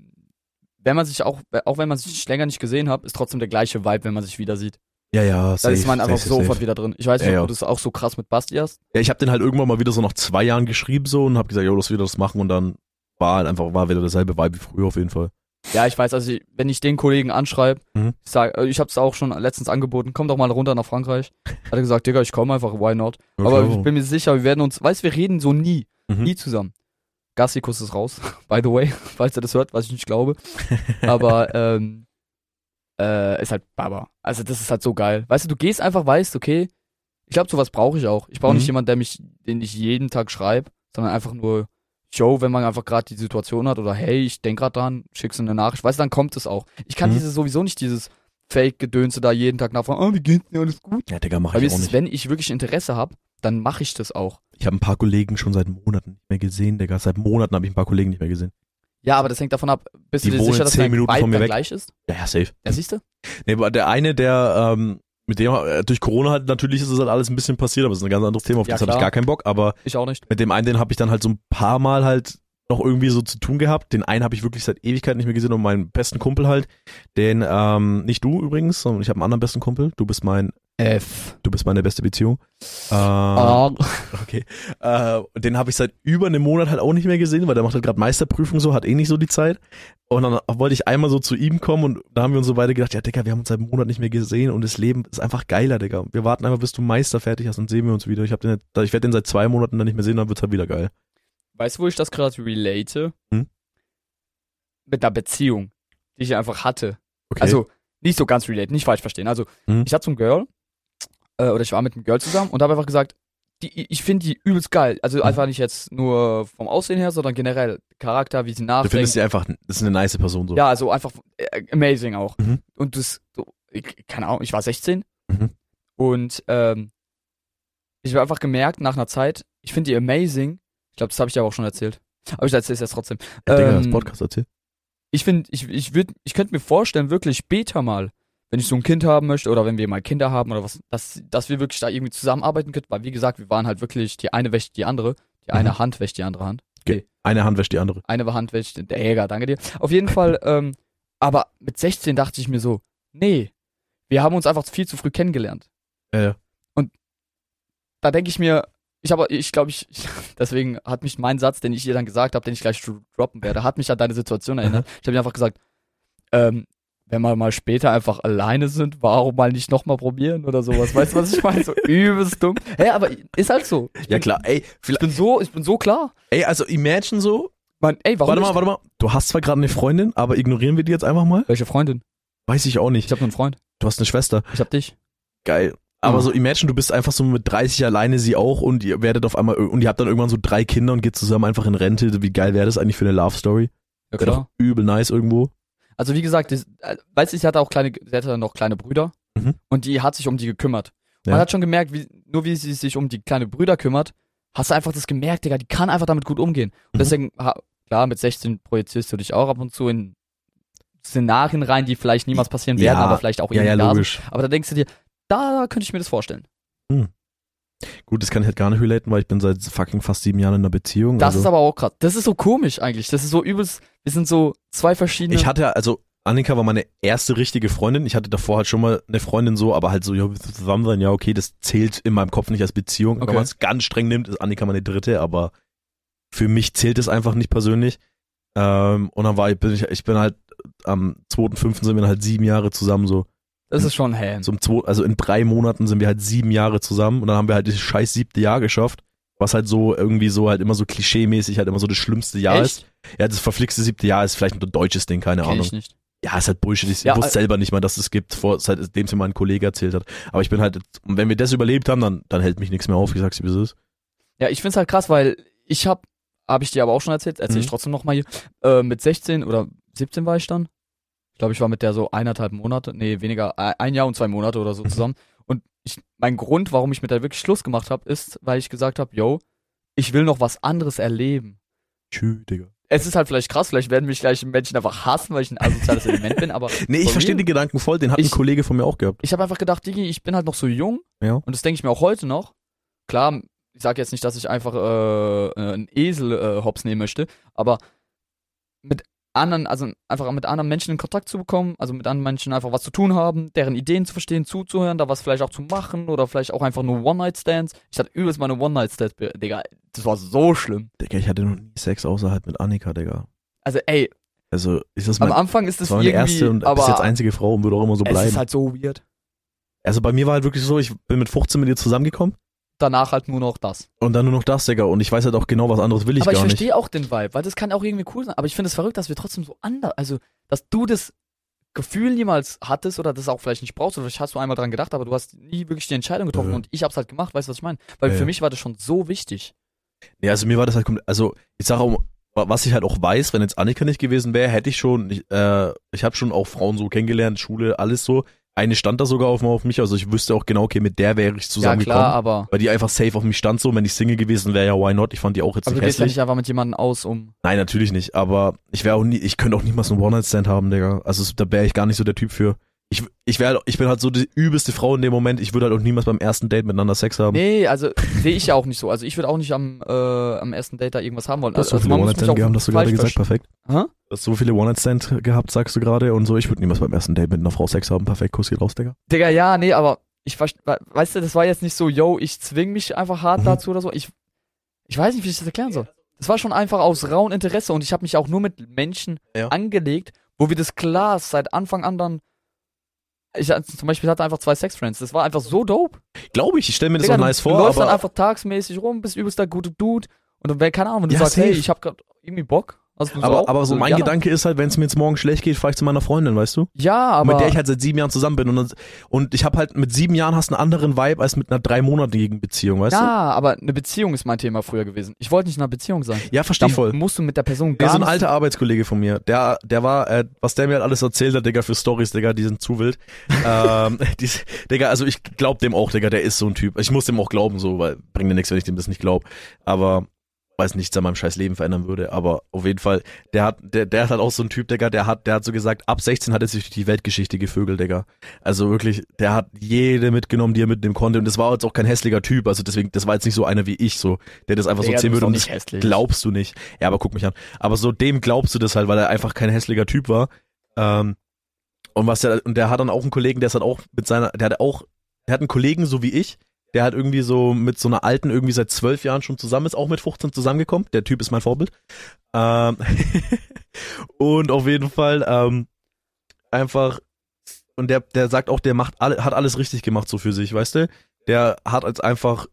[SPEAKER 1] wenn man sich auch, auch wenn man sich länger nicht gesehen hat, ist trotzdem der gleiche Vibe, wenn man sich wieder sieht.
[SPEAKER 2] ja, ja,
[SPEAKER 1] Da
[SPEAKER 2] safe,
[SPEAKER 1] ist man einfach
[SPEAKER 2] safe, safe,
[SPEAKER 1] sofort
[SPEAKER 2] safe.
[SPEAKER 1] wieder drin. Ich weiß nicht,
[SPEAKER 2] Ja,
[SPEAKER 1] ob
[SPEAKER 2] ja.
[SPEAKER 1] du das auch so krass mit Basti hast.
[SPEAKER 2] Ja, ich habe den halt irgendwann mal wieder so nach zwei Jahren geschrieben so und habe gesagt, jo, lass wieder das machen und dann war halt einfach war wieder dasselbe Vibe wie früher auf jeden Fall.
[SPEAKER 1] Ja, ich weiß, also ich, wenn ich den Kollegen anschreibe,
[SPEAKER 2] Mhm.
[SPEAKER 1] ich sag, äh, ich hab's auch schon letztens angeboten, komm doch mal runter nach Frankreich. Hat er gesagt, Digga, ich komme einfach, why not?
[SPEAKER 2] Ja,
[SPEAKER 1] Aber
[SPEAKER 2] klar.
[SPEAKER 1] ich bin mir sicher, wir werden uns, weißt, wir reden so nie,
[SPEAKER 2] Mhm.
[SPEAKER 1] nie zusammen. Gassikus ist raus, by the way, falls er das hört, was ich nicht glaube. Aber ähm, äh, ist halt Baba. Also das ist halt so geil. Weißt du, du gehst einfach, weißt, okay, ich glaube, sowas brauche ich auch. Ich brauche nicht
[SPEAKER 2] Mhm.
[SPEAKER 1] jemanden, der mich, den ich jeden Tag schreibe, sondern einfach nur Joe, wenn man einfach gerade die Situation hat oder hey, ich denk gerade dran, schickst du eine Nachricht. Weißt du, dann kommt es auch. Ich kann
[SPEAKER 2] Mhm.
[SPEAKER 1] dieses sowieso nicht dieses Fake-Gedönse da jeden Tag nachfragen, oh, wie geht's dir, alles gut?
[SPEAKER 2] ja, Digga, mach
[SPEAKER 1] Bei mir
[SPEAKER 2] ich auch
[SPEAKER 1] ist es,
[SPEAKER 2] nicht.
[SPEAKER 1] wenn ich wirklich Interesse habe, dann mache ich das auch.
[SPEAKER 2] Ich habe ein paar Kollegen schon seit Monaten nicht mehr gesehen, Digga. Seit Monaten habe ich ein paar Kollegen nicht mehr gesehen.
[SPEAKER 1] Ja, aber das hängt davon ab, bist
[SPEAKER 2] Die
[SPEAKER 1] du dir
[SPEAKER 2] wohnen
[SPEAKER 1] sicher, dass
[SPEAKER 2] zehn
[SPEAKER 1] dein
[SPEAKER 2] Minuten von
[SPEAKER 1] Vibe
[SPEAKER 2] mir
[SPEAKER 1] dann
[SPEAKER 2] weg.
[SPEAKER 1] gleich ist?
[SPEAKER 2] Ja, ja, safe.
[SPEAKER 1] Ja, siehst du?
[SPEAKER 2] Nee, aber der eine, der, ähm, mit dem, äh, durch Corona halt, natürlich ist es halt alles ein bisschen passiert, aber das ist ein ganz anderes Thema, auf
[SPEAKER 1] Ja,
[SPEAKER 2] das habe ich
[SPEAKER 1] klar.
[SPEAKER 2] gar keinen Bock, aber
[SPEAKER 1] Ich auch nicht.
[SPEAKER 2] mit dem einen, den habe ich dann halt so ein paar Mal halt noch irgendwie so zu tun gehabt. Den einen habe ich wirklich seit Ewigkeit nicht mehr gesehen und meinen besten Kumpel halt, den, ähm, nicht du übrigens, sondern ich habe einen anderen besten Kumpel. Du bist mein,
[SPEAKER 1] F.
[SPEAKER 2] du bist meine beste Beziehung. Ähm,
[SPEAKER 1] Ah.
[SPEAKER 2] Okay. Äh, den habe ich seit über einem Monat halt auch nicht mehr gesehen, weil der macht halt gerade Meisterprüfung so, hat eh nicht so die Zeit. Und dann wollte ich einmal so zu ihm kommen und da haben wir uns so beide gedacht, ja Digga, wir haben uns seit einem Monat nicht mehr gesehen und das Leben ist einfach geiler, Digga. Wir warten einfach, bis du Meister fertig hast und sehen wir uns wieder. Ich, hab den, jetzt- ich werde den seit zwei Monaten dann nicht mehr sehen, dann wird's halt wieder geil.
[SPEAKER 1] Weißt du, wo ich das gerade relate?
[SPEAKER 2] Hm?
[SPEAKER 1] Mit einer Beziehung, die ich einfach hatte.
[SPEAKER 2] Okay.
[SPEAKER 1] Also, nicht so ganz relate, nicht falsch verstehen. Also,
[SPEAKER 2] Hm?
[SPEAKER 1] ich hatte so ein Girl, äh, oder ich war mit einem Girl zusammen und habe einfach gesagt, die, ich finde die übelst geil. Also,
[SPEAKER 2] Hm.
[SPEAKER 1] einfach nicht jetzt nur vom Aussehen her, sondern generell Charakter, wie sie
[SPEAKER 2] du
[SPEAKER 1] nachdenkt.
[SPEAKER 2] findest sie einfach, das ist eine nice Person so.
[SPEAKER 1] Ja, also einfach äh, amazing auch.
[SPEAKER 2] Mhm.
[SPEAKER 1] Und das, so, ich, keine Ahnung, ich war 16
[SPEAKER 2] Mhm.
[SPEAKER 1] und ähm, ich habe einfach gemerkt nach einer Zeit, ich finde die amazing. Ich glaube, das habe ich dir aber auch schon erzählt. Aber ich erzähle es jetzt trotzdem.
[SPEAKER 2] Ja, Digga, das
[SPEAKER 1] ähm,
[SPEAKER 2] Podcast erzähl.
[SPEAKER 1] Ich finde, ich, ich würde, ich könnte mir vorstellen, wirklich später mal, wenn ich so ein Kind haben möchte oder wenn wir mal Kinder haben oder was, dass, dass wir wirklich da irgendwie zusammenarbeiten könnten, weil wie gesagt, wir waren halt wirklich, die eine wäscht die andere, die eine
[SPEAKER 2] Mhm.
[SPEAKER 1] Hand wäscht die andere Hand.
[SPEAKER 2] Eine Hand wäscht die andere.
[SPEAKER 1] Eine war handwäscht, der Jäger, danke dir. Auf jeden Fall, ähm, aber mit 16 dachte ich mir so, nee, wir haben uns einfach viel zu früh kennengelernt.
[SPEAKER 2] Ja, ja.
[SPEAKER 1] Da denke ich mir, ich habe, ich glaube, ich, deswegen hat mich mein Satz, den ich ihr dann gesagt habe, den ich gleich dro- droppen werde, hat mich an deine Situation erinnert. Ich habe ihr einfach gesagt, ähm, wenn wir mal später einfach alleine sind, warum mal nicht nochmal probieren oder sowas? Weißt du, was ich meine? So übelst dumm. Hä, aber ist halt so.
[SPEAKER 2] ja klar, ey,
[SPEAKER 1] Ich bin so, ich bin so klar.
[SPEAKER 2] Ey, also imagine so,
[SPEAKER 1] Man, ey, warum
[SPEAKER 2] warte mal,
[SPEAKER 1] nicht?
[SPEAKER 2] warte mal. Du hast zwar gerade eine Freundin, aber ignorieren wir die jetzt einfach mal?
[SPEAKER 1] Welche Freundin?
[SPEAKER 2] Weiß ich auch nicht.
[SPEAKER 1] Ich hab nur einen Freund.
[SPEAKER 2] Du hast eine Schwester.
[SPEAKER 1] Ich hab dich.
[SPEAKER 2] Geil. Aber
[SPEAKER 1] Mhm.
[SPEAKER 2] so, imagine, du bist einfach so mit 30 alleine, sie auch, und ihr werdet auf einmal, und ihr habt dann irgendwann so drei Kinder und geht zusammen einfach in Rente. Wie geil wäre das eigentlich für eine Love Story?
[SPEAKER 1] Ja,
[SPEAKER 2] Wäre doch übel nice irgendwo.
[SPEAKER 1] Also wie gesagt, das, äh, weißt du, sie hatte auch kleine, sie hatte dann noch kleine Brüder
[SPEAKER 2] Mhm.
[SPEAKER 1] und die hat sich um die gekümmert. Man
[SPEAKER 2] Ja.
[SPEAKER 1] hat schon gemerkt, wie, nur wie sie sich um die kleine Brüder kümmert, hast du einfach das gemerkt, Digga, die kann einfach damit gut umgehen. Und
[SPEAKER 2] Mhm.
[SPEAKER 1] deswegen, ha, klar, mit 16 projizierst du dich auch ab und zu in Szenarien rein, die vielleicht niemals passieren werden,
[SPEAKER 2] Ja.
[SPEAKER 1] aber vielleicht auch irgendwie da sind. Aber da denkst du dir, da könnte ich mir das vorstellen.
[SPEAKER 2] Gut, das kann ich halt gar nicht relaten, weil ich bin seit fucking fast sieben Jahren in einer Beziehung.
[SPEAKER 1] Das
[SPEAKER 2] also.
[SPEAKER 1] ist aber auch krass. Das ist so komisch eigentlich. Das ist so übelst, wir sind so zwei verschiedene.
[SPEAKER 2] Ich hatte ja, also Annika war meine erste richtige Freundin. Ich hatte davor halt schon mal eine Freundin so, aber halt so, ja, wir zusammen sein, ja, okay, das zählt in meinem Kopf nicht als Beziehung.
[SPEAKER 1] Okay.
[SPEAKER 2] Wenn man es ganz streng nimmt, ist Annika meine dritte, aber für mich zählt es einfach nicht persönlich. Ähm, und dann war ich, bin ich, ich bin halt am 2.5. sind wir dann halt sieben Jahre zusammen so.
[SPEAKER 1] das ist schon hell.
[SPEAKER 2] so im zwei, also in drei Monaten sind wir halt sieben Jahre zusammen und dann haben wir halt das scheiß siebte Jahr geschafft. Was halt so irgendwie so halt immer so klischee-mäßig halt immer so das schlimmste Jahr ist.
[SPEAKER 1] Echt?
[SPEAKER 2] Ja, das verflixte siebte Jahr ist vielleicht ein deutsches Ding, keine
[SPEAKER 1] Kenn
[SPEAKER 2] Ahnung.
[SPEAKER 1] ich nicht.
[SPEAKER 2] Ja, ist halt Bullshit. Ich
[SPEAKER 1] Ja,
[SPEAKER 2] wusste
[SPEAKER 1] äh,
[SPEAKER 2] selber nicht mal, dass es gibt, vor, seitdem es mir mein Kollege erzählt hat. Aber ich bin halt, und wenn wir das überlebt haben, dann, dann hält mich nichts mehr auf. Ich sag's dir, wie es ist.
[SPEAKER 1] Ja, ich find's halt krass, weil ich hab, habe ich dir aber auch schon erzählt, erzähl ich
[SPEAKER 2] Mhm.
[SPEAKER 1] trotzdem nochmal hier, äh, mit 16 oder 17 war ich dann. Ich glaube, ich war mit der so eineinhalb Monate, nee, weniger, äh, ein Jahr und zwei Monate oder so
[SPEAKER 2] Mhm.
[SPEAKER 1] zusammen. Und ich, mein Grund, warum ich mit der wirklich Schluss gemacht habe, ist, weil ich gesagt habe, yo, ich will noch was anderes erleben.
[SPEAKER 2] Tschü, Digga.
[SPEAKER 1] Es ist halt vielleicht krass, vielleicht werden mich gleich Menschen einfach hassen, weil ich ein asoziales Element bin, aber
[SPEAKER 2] Nee, ich
[SPEAKER 1] Von
[SPEAKER 2] verstehe
[SPEAKER 1] mir?
[SPEAKER 2] den Gedanken voll. Den hat
[SPEAKER 1] Ich-
[SPEAKER 2] ein Kollege von mir auch gehabt.
[SPEAKER 1] ich habe einfach gedacht, Digi, ich bin halt noch so jung
[SPEAKER 2] Ja.
[SPEAKER 1] und das denke ich mir auch heute noch. Klar, ich sage jetzt nicht, dass ich einfach äh, äh, einen Esel äh, hops nehmen möchte, aber mit anderen, also einfach mit anderen Menschen in Kontakt zu bekommen, also mit anderen Menschen einfach was zu tun haben, deren Ideen zu verstehen, zuzuhören, da was vielleicht auch zu machen oder vielleicht auch einfach nur One-Night-Stands. Ich hatte übelst meine One-Night-Stands, Digga, das war so schlimm.
[SPEAKER 2] Digga, ich hatte noch nie Sex außerhalb mit Annika, Digga.
[SPEAKER 1] Also ey,
[SPEAKER 2] Also, ist das
[SPEAKER 1] am
[SPEAKER 2] mein,
[SPEAKER 1] Anfang ist
[SPEAKER 2] das
[SPEAKER 1] es
[SPEAKER 2] war meine
[SPEAKER 1] irgendwie,
[SPEAKER 2] erste und
[SPEAKER 1] aber
[SPEAKER 2] bis jetzt einzige Frau und würde auch immer so
[SPEAKER 1] es ist
[SPEAKER 2] bleiben.
[SPEAKER 1] halt so weird.
[SPEAKER 2] also bei mir war halt wirklich so, ich bin mit 15 mit ihr zusammengekommen
[SPEAKER 1] Danach halt nur noch das.
[SPEAKER 2] und dann nur noch das, Digga. Und ich weiß halt auch genau, was anderes will ich
[SPEAKER 1] aber ich
[SPEAKER 2] gar nicht.
[SPEAKER 1] verstehe auch den Vibe, weil das kann auch irgendwie cool sein. Aber ich finde es verrückt, dass wir trotzdem so anders, also dass du das Gefühl niemals hattest oder das auch vielleicht nicht brauchst oder vielleicht hast du einmal dran gedacht, aber du hast nie wirklich die Entscheidung getroffen
[SPEAKER 2] Ja.
[SPEAKER 1] und ich hab's halt gemacht, weißt du, was ich meine? Weil
[SPEAKER 2] Ja,
[SPEAKER 1] für
[SPEAKER 2] ja.
[SPEAKER 1] mich war das schon so wichtig.
[SPEAKER 2] Ja, also mir war das halt komplett, also ich sage auch, wa- was ich halt auch weiß, wenn jetzt Annika nicht gewesen wäre, hätte ich schon, ich, äh, ich habe schon auch Frauen so kennengelernt, Schule, alles so. Eine stand da sogar auf, auf mich, also ich wüsste auch genau, okay, mit der wäre ich
[SPEAKER 1] Ja,
[SPEAKER 2] zusammengekommen.
[SPEAKER 1] klar, aber,
[SPEAKER 2] weil die einfach safe auf mich stand so, Und wenn ich Single gewesen wäre, ja, why not? Ich fand die auch jetzt
[SPEAKER 1] aber also du
[SPEAKER 2] nicht
[SPEAKER 1] gehst ja
[SPEAKER 2] hässlich.
[SPEAKER 1] nicht einfach mit jemandem aus, um.
[SPEAKER 2] Nein, natürlich nicht, aber ich wäre auch nie, ich könnte auch niemals einen One-Night-Stand haben, Digga. Also es- da wäre ich gar nicht so der Typ für. Ich, ich wäre halt, ich bin halt so die übelste Frau in dem Moment, ich würde halt auch niemals beim ersten Date miteinander Sex haben.
[SPEAKER 1] Nee, also sehe ich ja auch nicht so. Also ich würde auch nicht am, äh, am ersten Date da irgendwas haben wollen.
[SPEAKER 2] Du hast so
[SPEAKER 1] also,
[SPEAKER 2] viele
[SPEAKER 1] man muss mich
[SPEAKER 2] One-Night-Stand
[SPEAKER 1] auch
[SPEAKER 2] gehabt, hast du gerade
[SPEAKER 1] falsch
[SPEAKER 2] gesagt, perfekt.
[SPEAKER 1] verstehen. Hä?
[SPEAKER 2] Du hast so viele One-Night-Stand gehabt, sagst du gerade, und so. Ich würde niemals beim ersten Date mit einer Frau Sex haben. Perfekt, Kuss geht raus, Digga.
[SPEAKER 1] Digga, ja, nee, aber ich verste- we- weißt du, das war jetzt nicht so, yo, ich zwing mich einfach hart
[SPEAKER 2] Mhm.
[SPEAKER 1] dazu oder so. Ich, ich weiß nicht, wie ich das erklären soll. Das war schon einfach aus rauem Interesse und ich habe mich auch nur mit Menschen
[SPEAKER 2] Ja.
[SPEAKER 1] angelegt, wo wir das Glas seit Anfang an dann. Ich hatte- zum Beispiel hatte einfach zwei Sexfriends. Das war einfach so dope.
[SPEAKER 2] Glaube ich, ich stelle mir das
[SPEAKER 1] Digga,
[SPEAKER 2] auch nice
[SPEAKER 1] du
[SPEAKER 2] vor,
[SPEAKER 1] läufst dann
[SPEAKER 2] aber
[SPEAKER 1] einfach tagsmäßig rum, bist übelst der gute Dude. Und dann, wer- keine Ahnung, wenn du
[SPEAKER 2] Ja,
[SPEAKER 1] sagst, hey,
[SPEAKER 2] safe.
[SPEAKER 1] ich hab grad irgendwie Bock. Hast du
[SPEAKER 2] aber,
[SPEAKER 1] auch?
[SPEAKER 2] aber so mein
[SPEAKER 1] ja.
[SPEAKER 2] Gedanke ist halt, wenn es mir jetzt morgen schlecht geht, fahre ich zu meiner Freundin, weißt du?
[SPEAKER 1] Ja, aber.
[SPEAKER 2] mit der ich halt seit sieben Jahren zusammen bin. Und, dann- und ich habe halt mit sieben Jahren hast einen anderen Vibe als mit einer dreimonatigen Beziehung, weißt
[SPEAKER 1] ja, aber eine Beziehung ist mein Thema früher gewesen. Ich wollte nicht in einer Beziehung sein.
[SPEAKER 2] du? Ja, verstehe
[SPEAKER 1] Dann
[SPEAKER 2] ich voll.
[SPEAKER 1] musst du mit der Person
[SPEAKER 2] Nee,
[SPEAKER 1] gar
[SPEAKER 2] so ein
[SPEAKER 1] nicht
[SPEAKER 2] alter Arbeitskollege von mir, der, der war, äh, was der mir halt alles erzählt hat, Digga, für Stories, Digga, die sind zu wild. ähm, die, Digga, also ich glaub dem auch, Digga, der ist so ein Typ. Ich muss dem auch glauben, so, weil bringt mir nichts, wenn ich dem das nicht glaub. Aber weiß nichts an meinem scheiß Leben verändern würde. Aber auf jeden Fall, der hat, der, der hat halt auch so ein Typ, Digga, der hat, der hat so gesagt, ab 16 hat er sich durch die Weltgeschichte gevögelt, Digga. Also wirklich, der hat jede mitgenommen, die er mitnehmen konnte. Und das war jetzt auch kein hässlicher Typ. Also deswegen, das war jetzt nicht so einer wie ich, so, der das einfach so
[SPEAKER 1] Digga,
[SPEAKER 2] zählen
[SPEAKER 1] du bist doch
[SPEAKER 2] würde und das
[SPEAKER 1] nicht hässlich.
[SPEAKER 2] glaubst du nicht. Ja, aber guck mich an. Aber so dem glaubst du das halt, weil er einfach kein hässlicher Typ war. Ähm, und was der, und der hat dann auch einen Kollegen, der ist dann auch mit seiner, der hat auch, der hat einen Kollegen, so wie ich, der hat irgendwie so mit so einer alten, irgendwie seit zwölf Jahren schon zusammen ist, auch mit 15 zusammengekommen. Der Typ ist mein Vorbild. Ähm, und auf jeden Fall, ähm, einfach, und der, der sagt auch, der macht alle, hat alles richtig gemacht, so für sich, weißt du? Der hat als einfach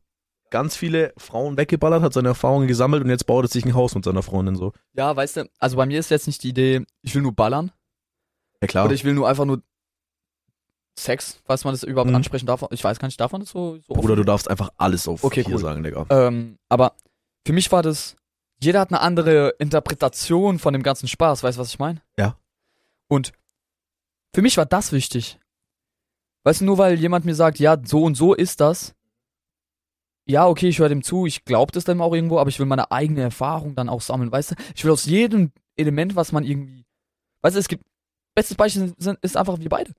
[SPEAKER 2] ganz viele Frauen weggeballert, hat seine Erfahrungen gesammelt und jetzt baut er sich ein Haus mit seiner Freundin so.
[SPEAKER 1] Ja, weißt du, also bei mir ist jetzt nicht die Idee, ich will nur ballern
[SPEAKER 2] Ja klar.
[SPEAKER 1] oder ich will nur einfach nur Sex, falls man das überhaupt
[SPEAKER 2] Mhm.
[SPEAKER 1] ansprechen darf. Ich weiß gar nicht, darf man das so, so offen?
[SPEAKER 2] Bruder, du darfst einfach alles auf
[SPEAKER 1] Okay,
[SPEAKER 2] hier
[SPEAKER 1] cool.
[SPEAKER 2] sagen, Digga.
[SPEAKER 1] Ähm, aber für mich war das, jeder hat eine andere Interpretation von dem ganzen Spaß, weißt du, was ich meine?
[SPEAKER 2] Ja.
[SPEAKER 1] Und für mich war das wichtig. Weißt du, nur weil jemand mir sagt, ja, so und so ist das. Ja, okay, ich höre dem zu, ich glaube das dann auch irgendwo, aber ich will meine eigene Erfahrung dann auch sammeln, weißt du? Ich will aus jedem Element, was man irgendwie. Weißt du, es gibt. Bestes Beispiel sind, ist einfach wir beide.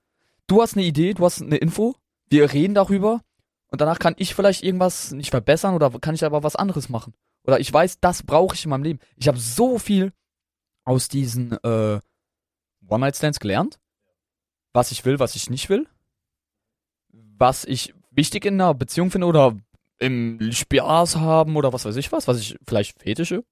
[SPEAKER 1] Du hast eine Idee, du hast eine Info, wir reden darüber und danach kann ich vielleicht irgendwas nicht verbessern oder kann ich aber was anderes machen. Oder ich weiß, das brauche ich in meinem Leben. Ich habe so viel aus diesen äh, One-Night-Stands gelernt. Was ich will, was ich nicht will. Was ich wichtig in einer Beziehung finde oder im Spaß haben oder was weiß ich was. Was ich vielleicht Fetische.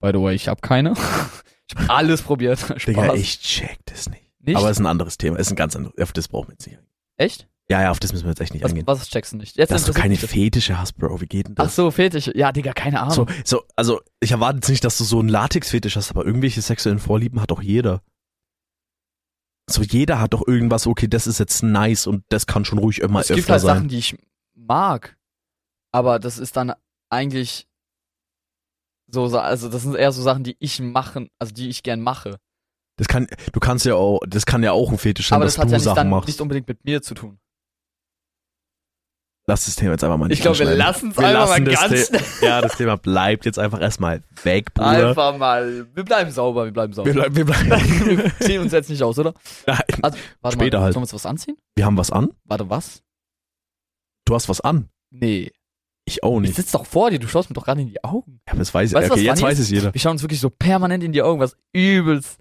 [SPEAKER 1] By the way, ich habe keine. ich habe alles probiert. Spaß.
[SPEAKER 2] Digga, ich check das nicht.
[SPEAKER 1] nicht?
[SPEAKER 2] Aber es ist ein anderes Thema. Es ist ein ganz anderes. Auf das brauchen wir jetzt nicht eingehen.
[SPEAKER 1] Echt?
[SPEAKER 2] Ja, ja, auf das müssen wir jetzt echt nicht
[SPEAKER 1] Was,
[SPEAKER 2] eingehen.
[SPEAKER 1] was checkst du nicht? Jetzt
[SPEAKER 2] Dass du
[SPEAKER 1] interessiert
[SPEAKER 2] keine
[SPEAKER 1] mich das.
[SPEAKER 2] Fetische hast, Bro. Wie geht denn das?
[SPEAKER 1] Ach so, Fetische. Ja, Digga, keine Ahnung.
[SPEAKER 2] So, so, also ich erwarte jetzt nicht, dass du so einen Latex-Fetisch hast, aber irgendwelche sexuellen Vorlieben hat doch jeder. So, jeder hat doch irgendwas, okay, das ist jetzt nice und das kann schon ruhig immer
[SPEAKER 1] es
[SPEAKER 2] öfter
[SPEAKER 1] gibt halt
[SPEAKER 2] sein.
[SPEAKER 1] Sachen, die ich mag, aber das ist dann eigentlich so, sa- also das sind eher so Sachen, die ich machen, also die ich gern mache.
[SPEAKER 2] Das kann, du kannst ja auch, das kann ja auch ein Fetisch sein,
[SPEAKER 1] aber
[SPEAKER 2] dass
[SPEAKER 1] das hat
[SPEAKER 2] du
[SPEAKER 1] ja nicht,
[SPEAKER 2] Sachen
[SPEAKER 1] dann
[SPEAKER 2] machst.
[SPEAKER 1] nicht unbedingt mit mir zu tun.
[SPEAKER 2] Lass das Thema jetzt einfach mal nicht
[SPEAKER 1] Ich glaube, wir lassen
[SPEAKER 2] anschneiden.
[SPEAKER 1] es
[SPEAKER 2] Wir
[SPEAKER 1] einfach mal
[SPEAKER 2] lassen das
[SPEAKER 1] ganz
[SPEAKER 2] The-
[SPEAKER 1] schnell.
[SPEAKER 2] Ja, das Thema bleibt jetzt einfach erstmal weg, Bruder.
[SPEAKER 1] Einfach mal. Wir bleiben sauber, wir bleiben sauber.
[SPEAKER 2] Wir bleiben, wir bleiben.
[SPEAKER 1] Wir ziehen uns jetzt nicht aus, oder?
[SPEAKER 2] Nein.
[SPEAKER 1] Warte
[SPEAKER 2] Später
[SPEAKER 1] mal,
[SPEAKER 2] halt.
[SPEAKER 1] Sollen wir uns was anziehen?
[SPEAKER 2] Wir haben was an?
[SPEAKER 1] Warte, was?
[SPEAKER 2] Du hast was an?
[SPEAKER 1] Nee.
[SPEAKER 2] Ich auch
[SPEAKER 1] Ich
[SPEAKER 2] nicht.
[SPEAKER 1] sitze doch vor dir, du schaust mir doch gerade in die Augen.
[SPEAKER 2] Ja, aber das weiß ich.
[SPEAKER 1] Weißt du,
[SPEAKER 2] Okay,
[SPEAKER 1] was
[SPEAKER 2] jetzt
[SPEAKER 1] funny
[SPEAKER 2] weiß es jeder.
[SPEAKER 1] Wir schauen uns wirklich so permanent in die Augen, was übelst.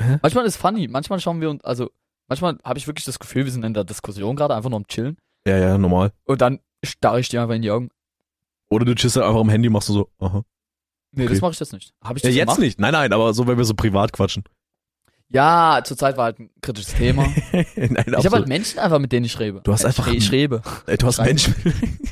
[SPEAKER 2] Hä?
[SPEAKER 1] Manchmal ist funny, manchmal schauen wir uns, also manchmal habe ich wirklich das Gefühl, wir sind in der Diskussion gerade, einfach nur am Chillen.
[SPEAKER 2] Ja, ja, normal.
[SPEAKER 1] Und dann starre ich dir einfach in die Augen.
[SPEAKER 2] Oder du chillst halt einfach am Handy und machst du so, aha.
[SPEAKER 1] Nee,
[SPEAKER 2] Okay.
[SPEAKER 1] das mache ich jetzt nicht. Habe ich
[SPEAKER 2] Ja,
[SPEAKER 1] das
[SPEAKER 2] jetzt
[SPEAKER 1] gemacht?
[SPEAKER 2] nicht. Nein, nein, aber so, wenn wir so privat quatschen.
[SPEAKER 1] Ja, zurzeit war halt ein kritisches Thema.
[SPEAKER 2] nein,
[SPEAKER 1] ich habe
[SPEAKER 2] absolut.
[SPEAKER 1] halt Menschen einfach, mit denen ich rebe.
[SPEAKER 2] Du hast
[SPEAKER 1] Äh,
[SPEAKER 2] einfach-
[SPEAKER 1] Ich rebe.
[SPEAKER 2] Ey, du hast
[SPEAKER 1] Schreib-
[SPEAKER 2] Menschen.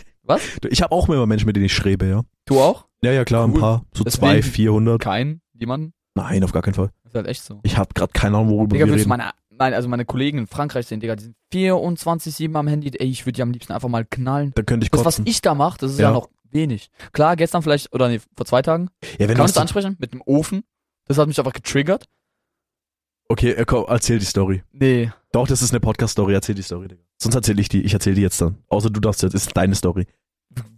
[SPEAKER 1] Was?
[SPEAKER 2] Du- Ich habe auch immer Menschen, mit denen ich schrebe, ja.
[SPEAKER 1] Du auch?
[SPEAKER 2] Ja, ja, klar, ein
[SPEAKER 1] Cool.
[SPEAKER 2] paar. So
[SPEAKER 1] Deswegen-
[SPEAKER 2] zwei, 400.
[SPEAKER 1] Keinen? Jemanden?
[SPEAKER 2] Nein, auf gar keinen Fall.
[SPEAKER 1] Das ist halt echt so.
[SPEAKER 2] Ich habe gerade keine Ahnung, worüber
[SPEAKER 1] Digga,
[SPEAKER 2] wir
[SPEAKER 1] würdest du
[SPEAKER 2] reden.
[SPEAKER 1] meine, nein, also meine Kollegen in Frankreich sehen, Digga, die sind 24-7 am Handy. Ey, ich würde die am liebsten einfach mal knallen.
[SPEAKER 2] Dann könnte ich
[SPEAKER 1] Das, was
[SPEAKER 2] kotzen.
[SPEAKER 1] ich da mache, das ist ja.
[SPEAKER 2] Ja.
[SPEAKER 1] noch wenig. Klar, gestern vielleicht, oder nee, vor zwei Tagen,
[SPEAKER 2] ja,
[SPEAKER 1] kann
[SPEAKER 2] wenn du
[SPEAKER 1] man das
[SPEAKER 2] was,
[SPEAKER 1] ansprechen? Mit dem Ofen? Das hat mich einfach getriggert.
[SPEAKER 2] Okay, äh, komm, erzähl die Story.
[SPEAKER 1] Nee.
[SPEAKER 2] Doch, das ist eine Podcast-Story. Erzähl die Story, Digga. Sonst erzähl ich die. Ich erzähl die jetzt dann. Außer du darfst jetzt. Ist deine Story.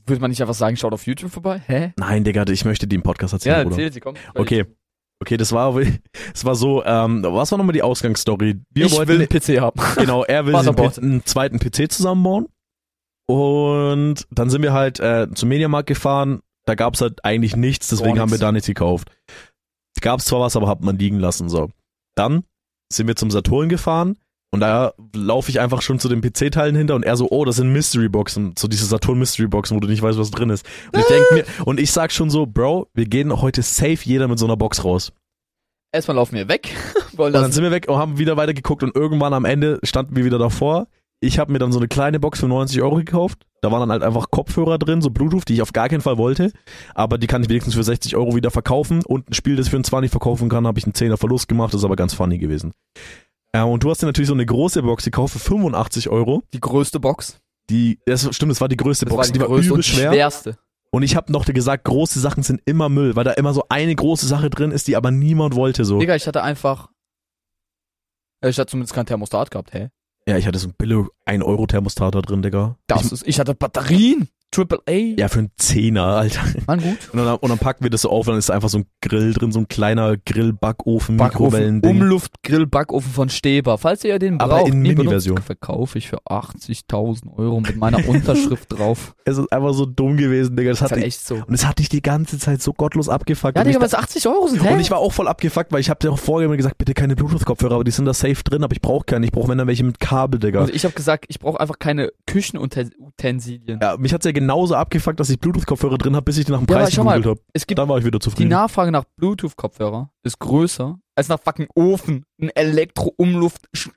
[SPEAKER 1] Würde man nicht einfach sagen, schaut auf YouTube vorbei? Hä?
[SPEAKER 2] Nein, Digga, ich möchte die im Podcast erzählen, Bruder.
[SPEAKER 1] erzähl sie, komm.
[SPEAKER 2] Okay. Okay, das war, das war so, ähm, was war nochmal die Ausgangsstory? Wir
[SPEAKER 1] ich
[SPEAKER 2] wollten
[SPEAKER 1] will einen PC haben.
[SPEAKER 2] Genau, er will sich einen,
[SPEAKER 1] Motherboard.
[SPEAKER 2] P- einen zweiten PC zusammenbauen. Und dann sind wir halt äh, zum Mediamarkt gefahren. Da gab's halt eigentlich nichts, deswegen
[SPEAKER 1] Gar
[SPEAKER 2] haben wir
[SPEAKER 1] nichts.
[SPEAKER 2] da nichts gekauft. Gab's zwar was, aber hat man liegen lassen. So. Dann sind wir zum Saturn gefahren und da laufe ich einfach schon zu den PC-Teilen hinter und er so, oh, das sind Mystery-Boxen. So diese Saturn-Mystery-Boxen, wo du nicht weißt, was drin ist. Und ich denk mir, und ich sag schon so, Bro, wir gehen heute safe jeder mit so einer Box raus.
[SPEAKER 1] Erstmal laufen wir weg. Wollen
[SPEAKER 2] Und dann
[SPEAKER 1] das.
[SPEAKER 2] sind wir weg und haben wieder weitergeguckt und irgendwann am Ende standen wir wieder davor. Ich habe mir dann so eine kleine Box für 90 Euro gekauft. Da waren dann halt einfach Kopfhörer drin, so Bluetooth, die ich auf gar keinen Fall wollte. Aber die kann ich wenigstens für 60 Euro wieder verkaufen. Und ein Spiel, das ich für einen 20 verkaufen kann, habe ich einen 10er Verlust gemacht. Das ist aber ganz funny gewesen. Äh, und du hast dir natürlich so eine große Box gekauft für 85 Euro.
[SPEAKER 1] Die größte Box.
[SPEAKER 2] Die, das stimmt, das war die größte
[SPEAKER 1] Das
[SPEAKER 2] Box.
[SPEAKER 1] war die größte
[SPEAKER 2] übel
[SPEAKER 1] und die schwerste.
[SPEAKER 2] Und ich habe noch gesagt, große Sachen sind immer Müll, weil da immer so eine große Sache drin ist, die aber niemand wollte. So.
[SPEAKER 1] Digga, ich hatte einfach. Ja, Ich hatte zumindest kein Thermostat gehabt, hä?
[SPEAKER 2] Ja, ich hatte so ein billig 1-Euro-Thermostat da drin, Digga.
[SPEAKER 1] Das ist, ich hatte Batterien. Triple A.
[SPEAKER 2] Ja, für einen Zehner, Alter.
[SPEAKER 1] Mann, gut.
[SPEAKER 2] Und dann, und dann packen wir das so auf, dann ist einfach so ein Grill drin, so ein kleiner Grill, Backofen,
[SPEAKER 1] Backofen, um-
[SPEAKER 2] Mikrowellending.
[SPEAKER 1] Umluftgrill, Backofen von Steber. Falls ihr den
[SPEAKER 2] Aber
[SPEAKER 1] braucht, den
[SPEAKER 2] in Mini-Version.
[SPEAKER 1] benutzt, verkaufe ich für 80.000 Euro mit meiner Unterschrift drauf.
[SPEAKER 2] Es ist einfach so dumm gewesen, Digga. Das
[SPEAKER 1] Das ist
[SPEAKER 2] hat
[SPEAKER 1] halt
[SPEAKER 2] dich,
[SPEAKER 1] echt so.
[SPEAKER 2] und es hat dich die ganze Zeit so gottlos abgefuckt.
[SPEAKER 1] Ja,
[SPEAKER 2] und, ich,
[SPEAKER 1] Digga, weil es 80 Euro sind,
[SPEAKER 2] da-
[SPEAKER 1] hä?
[SPEAKER 2] und ich war auch voll abgefuckt, weil ich habe dir auch vorher immer gesagt, bitte keine Bluetooth-Kopfhörer, aber die sind da safe drin, aber ich brauche keine. Ich brauche, wenn dann welche mit Kabel, Digga.
[SPEAKER 1] Und Also ich habe gesagt, ich brauche einfach keine Küchenutensilien.
[SPEAKER 2] Ja, mich hat's ja genauso abgefuckt, dass ich Bluetooth-Kopfhörer drin habe, bis ich die nach dem
[SPEAKER 1] Ja, aber
[SPEAKER 2] Preis
[SPEAKER 1] schau mal,
[SPEAKER 2] gegoogelt habe.
[SPEAKER 1] Es gibt
[SPEAKER 2] Dann war ich wieder
[SPEAKER 1] die
[SPEAKER 2] zufrieden.
[SPEAKER 1] Nachfrage nach Bluetooth-Kopfhörer ist größer als nach fucking Ofen, ein Elektro-Umluft, Sch-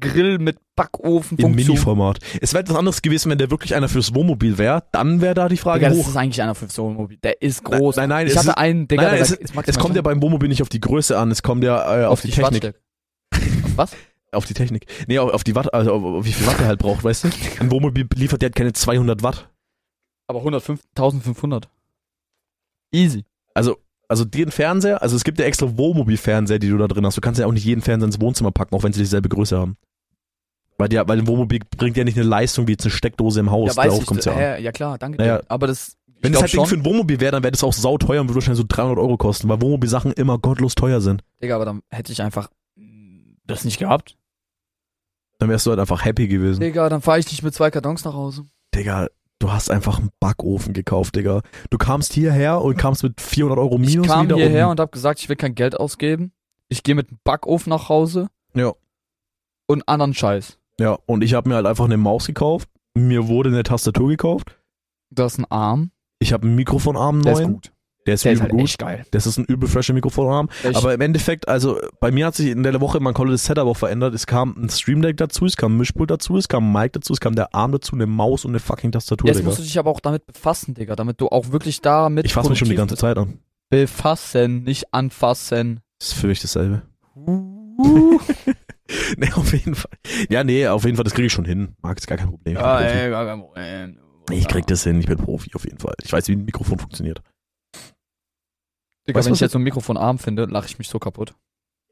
[SPEAKER 1] Grill mit Backofen
[SPEAKER 2] Im Mini-Format. Es wäre etwas anderes gewesen, wenn der wirklich einer fürs Wohnmobil wäre, dann wäre da die Frage
[SPEAKER 1] Digga, das
[SPEAKER 2] hoch.
[SPEAKER 1] ist eigentlich einer für so ein Mobil. Der ist groß.
[SPEAKER 2] Nein, nein,
[SPEAKER 1] ich
[SPEAKER 2] es
[SPEAKER 1] hatte
[SPEAKER 2] ist-
[SPEAKER 1] einen, Digga,
[SPEAKER 2] nein,
[SPEAKER 1] der
[SPEAKER 2] es
[SPEAKER 1] sagt, ist
[SPEAKER 2] Es
[SPEAKER 1] maximal
[SPEAKER 2] kommt ja beim Wohnmobil nicht auf die Größe an, es kommt ja äh, auf, die, Technik.
[SPEAKER 1] Wattstärke. Auf was?
[SPEAKER 2] Auf die Technik. Nee, auf, auf die Watt, also auf, auf wie viel Watt er halt braucht, weißt du? Ein Wohnmobil liefert ja halt keine 200 Watt.
[SPEAKER 1] Aber 105 1500. Easy.
[SPEAKER 2] Also, also den Fernseher, also es gibt ja extra Wohnmobil-Fernseher, die du da drin hast. Du kannst ja auch nicht jeden Fernseher ins Wohnzimmer packen, auch wenn sie dieselbe Größe haben. Weil, die, weil ein Wohnmobil bringt ja nicht eine Leistung wie jetzt eine Steckdose im Haus. Darauf kommt ja an.
[SPEAKER 1] ja, ja klar, danke
[SPEAKER 2] Naja.
[SPEAKER 1] dir. Aber das, ich
[SPEAKER 2] Wenn das
[SPEAKER 1] glaub
[SPEAKER 2] halt Ding für ein Wohnmobil wäre, dann wäre das auch sauteuer und würde wahrscheinlich so 300 Euro kosten, weil Wohnmobil-Sachen immer gottlos teuer sind.
[SPEAKER 1] Digga, aber dann hätte ich einfach mm, das nicht gehabt.
[SPEAKER 2] Dann wärst du halt einfach happy gewesen.
[SPEAKER 1] Digga, dann fahre ich nicht mit zwei Kartons nach Hause.
[SPEAKER 2] Digga, du hast einfach einen Backofen gekauft, Digga. Du kamst hierher und kamst mit 400 Euro minus
[SPEAKER 1] ich kam
[SPEAKER 2] wieder
[SPEAKER 1] hierher
[SPEAKER 2] um.
[SPEAKER 1] und habe gesagt, ich will kein Geld ausgeben. Ich gehe mit einem Backofen nach Hause.
[SPEAKER 2] Ja.
[SPEAKER 1] Und anderen Scheiß.
[SPEAKER 2] Ja, und ich habe mir halt einfach eine Maus gekauft. Mir wurde eine Tastatur gekauft.
[SPEAKER 1] Das ist ein Arm.
[SPEAKER 2] Ich habe einen Mikrofonarm
[SPEAKER 1] Der ist
[SPEAKER 2] neuen.
[SPEAKER 1] gut.
[SPEAKER 2] Der ist,
[SPEAKER 1] Der
[SPEAKER 2] übel
[SPEAKER 1] ist halt
[SPEAKER 2] gut.
[SPEAKER 1] echt geil.
[SPEAKER 2] Das ist ein übel fresher Mikrofonarm.
[SPEAKER 1] Echt.
[SPEAKER 2] Aber im Endeffekt, also bei mir hat sich in der Woche mein komplettes Setup auch verändert. Es kam ein Stream Deck dazu, es kam ein Mischpult dazu, es kam ein Mic dazu, es kam der Arm dazu, eine Maus und eine fucking Tastatur,
[SPEAKER 1] Jetzt
[SPEAKER 2] Digga.
[SPEAKER 1] musst du dich aber auch damit befassen, Digga, damit du auch wirklich damit.
[SPEAKER 2] Ich fasse mich schon die ganze
[SPEAKER 1] produktiv
[SPEAKER 2] Zeit an.
[SPEAKER 1] bist. Befassen, nicht anfassen.
[SPEAKER 2] Das ist für mich dasselbe. nee, auf jeden Fall. Ja, nee, auf jeden Fall, das kriege ich schon hin. Marc ist gar kein Problem.
[SPEAKER 1] Ah,
[SPEAKER 2] Ich bin Profi. ich krieg das hin, ich bin Profi auf jeden Fall. Ich weiß, wie ein Mikrofon funktioniert.
[SPEAKER 1] Digga,
[SPEAKER 2] Weißt du,
[SPEAKER 1] wenn
[SPEAKER 2] was
[SPEAKER 1] ich jetzt so ein Mikrofonarm finde, lache ich mich so kaputt.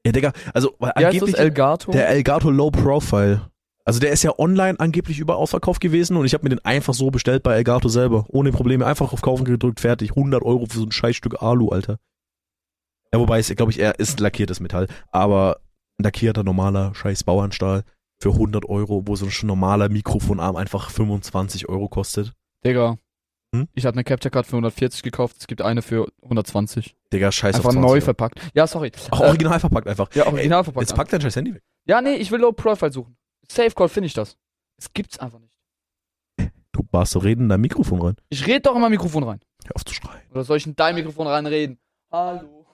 [SPEAKER 2] Ja, Digga, also weil
[SPEAKER 1] Ja, ist das
[SPEAKER 2] angeblich
[SPEAKER 1] Elgato?
[SPEAKER 2] der Elgato Low Profile. Also der ist ja online angeblich überausverkauft gewesen und ich habe mir den einfach so bestellt bei Elgato selber. Ohne Probleme. Einfach auf Kaufen gedrückt, fertig. 100 Euro für so ein Scheißstück Alu, Alter. Ja, wobei es, glaube ich, eher ist lackiertes Metall. Aber ein lackierter, normaler scheiß Bauernstahl für 100 Euro, wo so ein normaler Mikrofonarm einfach 25 Euro kostet.
[SPEAKER 1] Digga.
[SPEAKER 2] Hm?
[SPEAKER 1] Ich habe eine Capture Card für 140 gekauft, es gibt eine für 120.
[SPEAKER 2] Digga, scheiß
[SPEAKER 1] Einfach
[SPEAKER 2] auf 20
[SPEAKER 1] neu
[SPEAKER 2] Euro.
[SPEAKER 1] verpackt. Ja, sorry.
[SPEAKER 2] Ach, oh,
[SPEAKER 1] Äh,
[SPEAKER 2] original verpackt einfach.
[SPEAKER 1] ja, original verpackt.
[SPEAKER 2] Jetzt pack dein scheiß Handy weg.
[SPEAKER 1] Ja, nee, ich will Low Profile suchen. Safe Call finde ich das. Es gibt's einfach nicht.
[SPEAKER 2] Du Bastard, reden in dein Mikrofon rein.
[SPEAKER 1] Ich rede doch in mein Mikrofon rein.
[SPEAKER 2] Hör auf zu schreien.
[SPEAKER 1] Oder soll ich in dein Mikrofon reinreden? Hallo.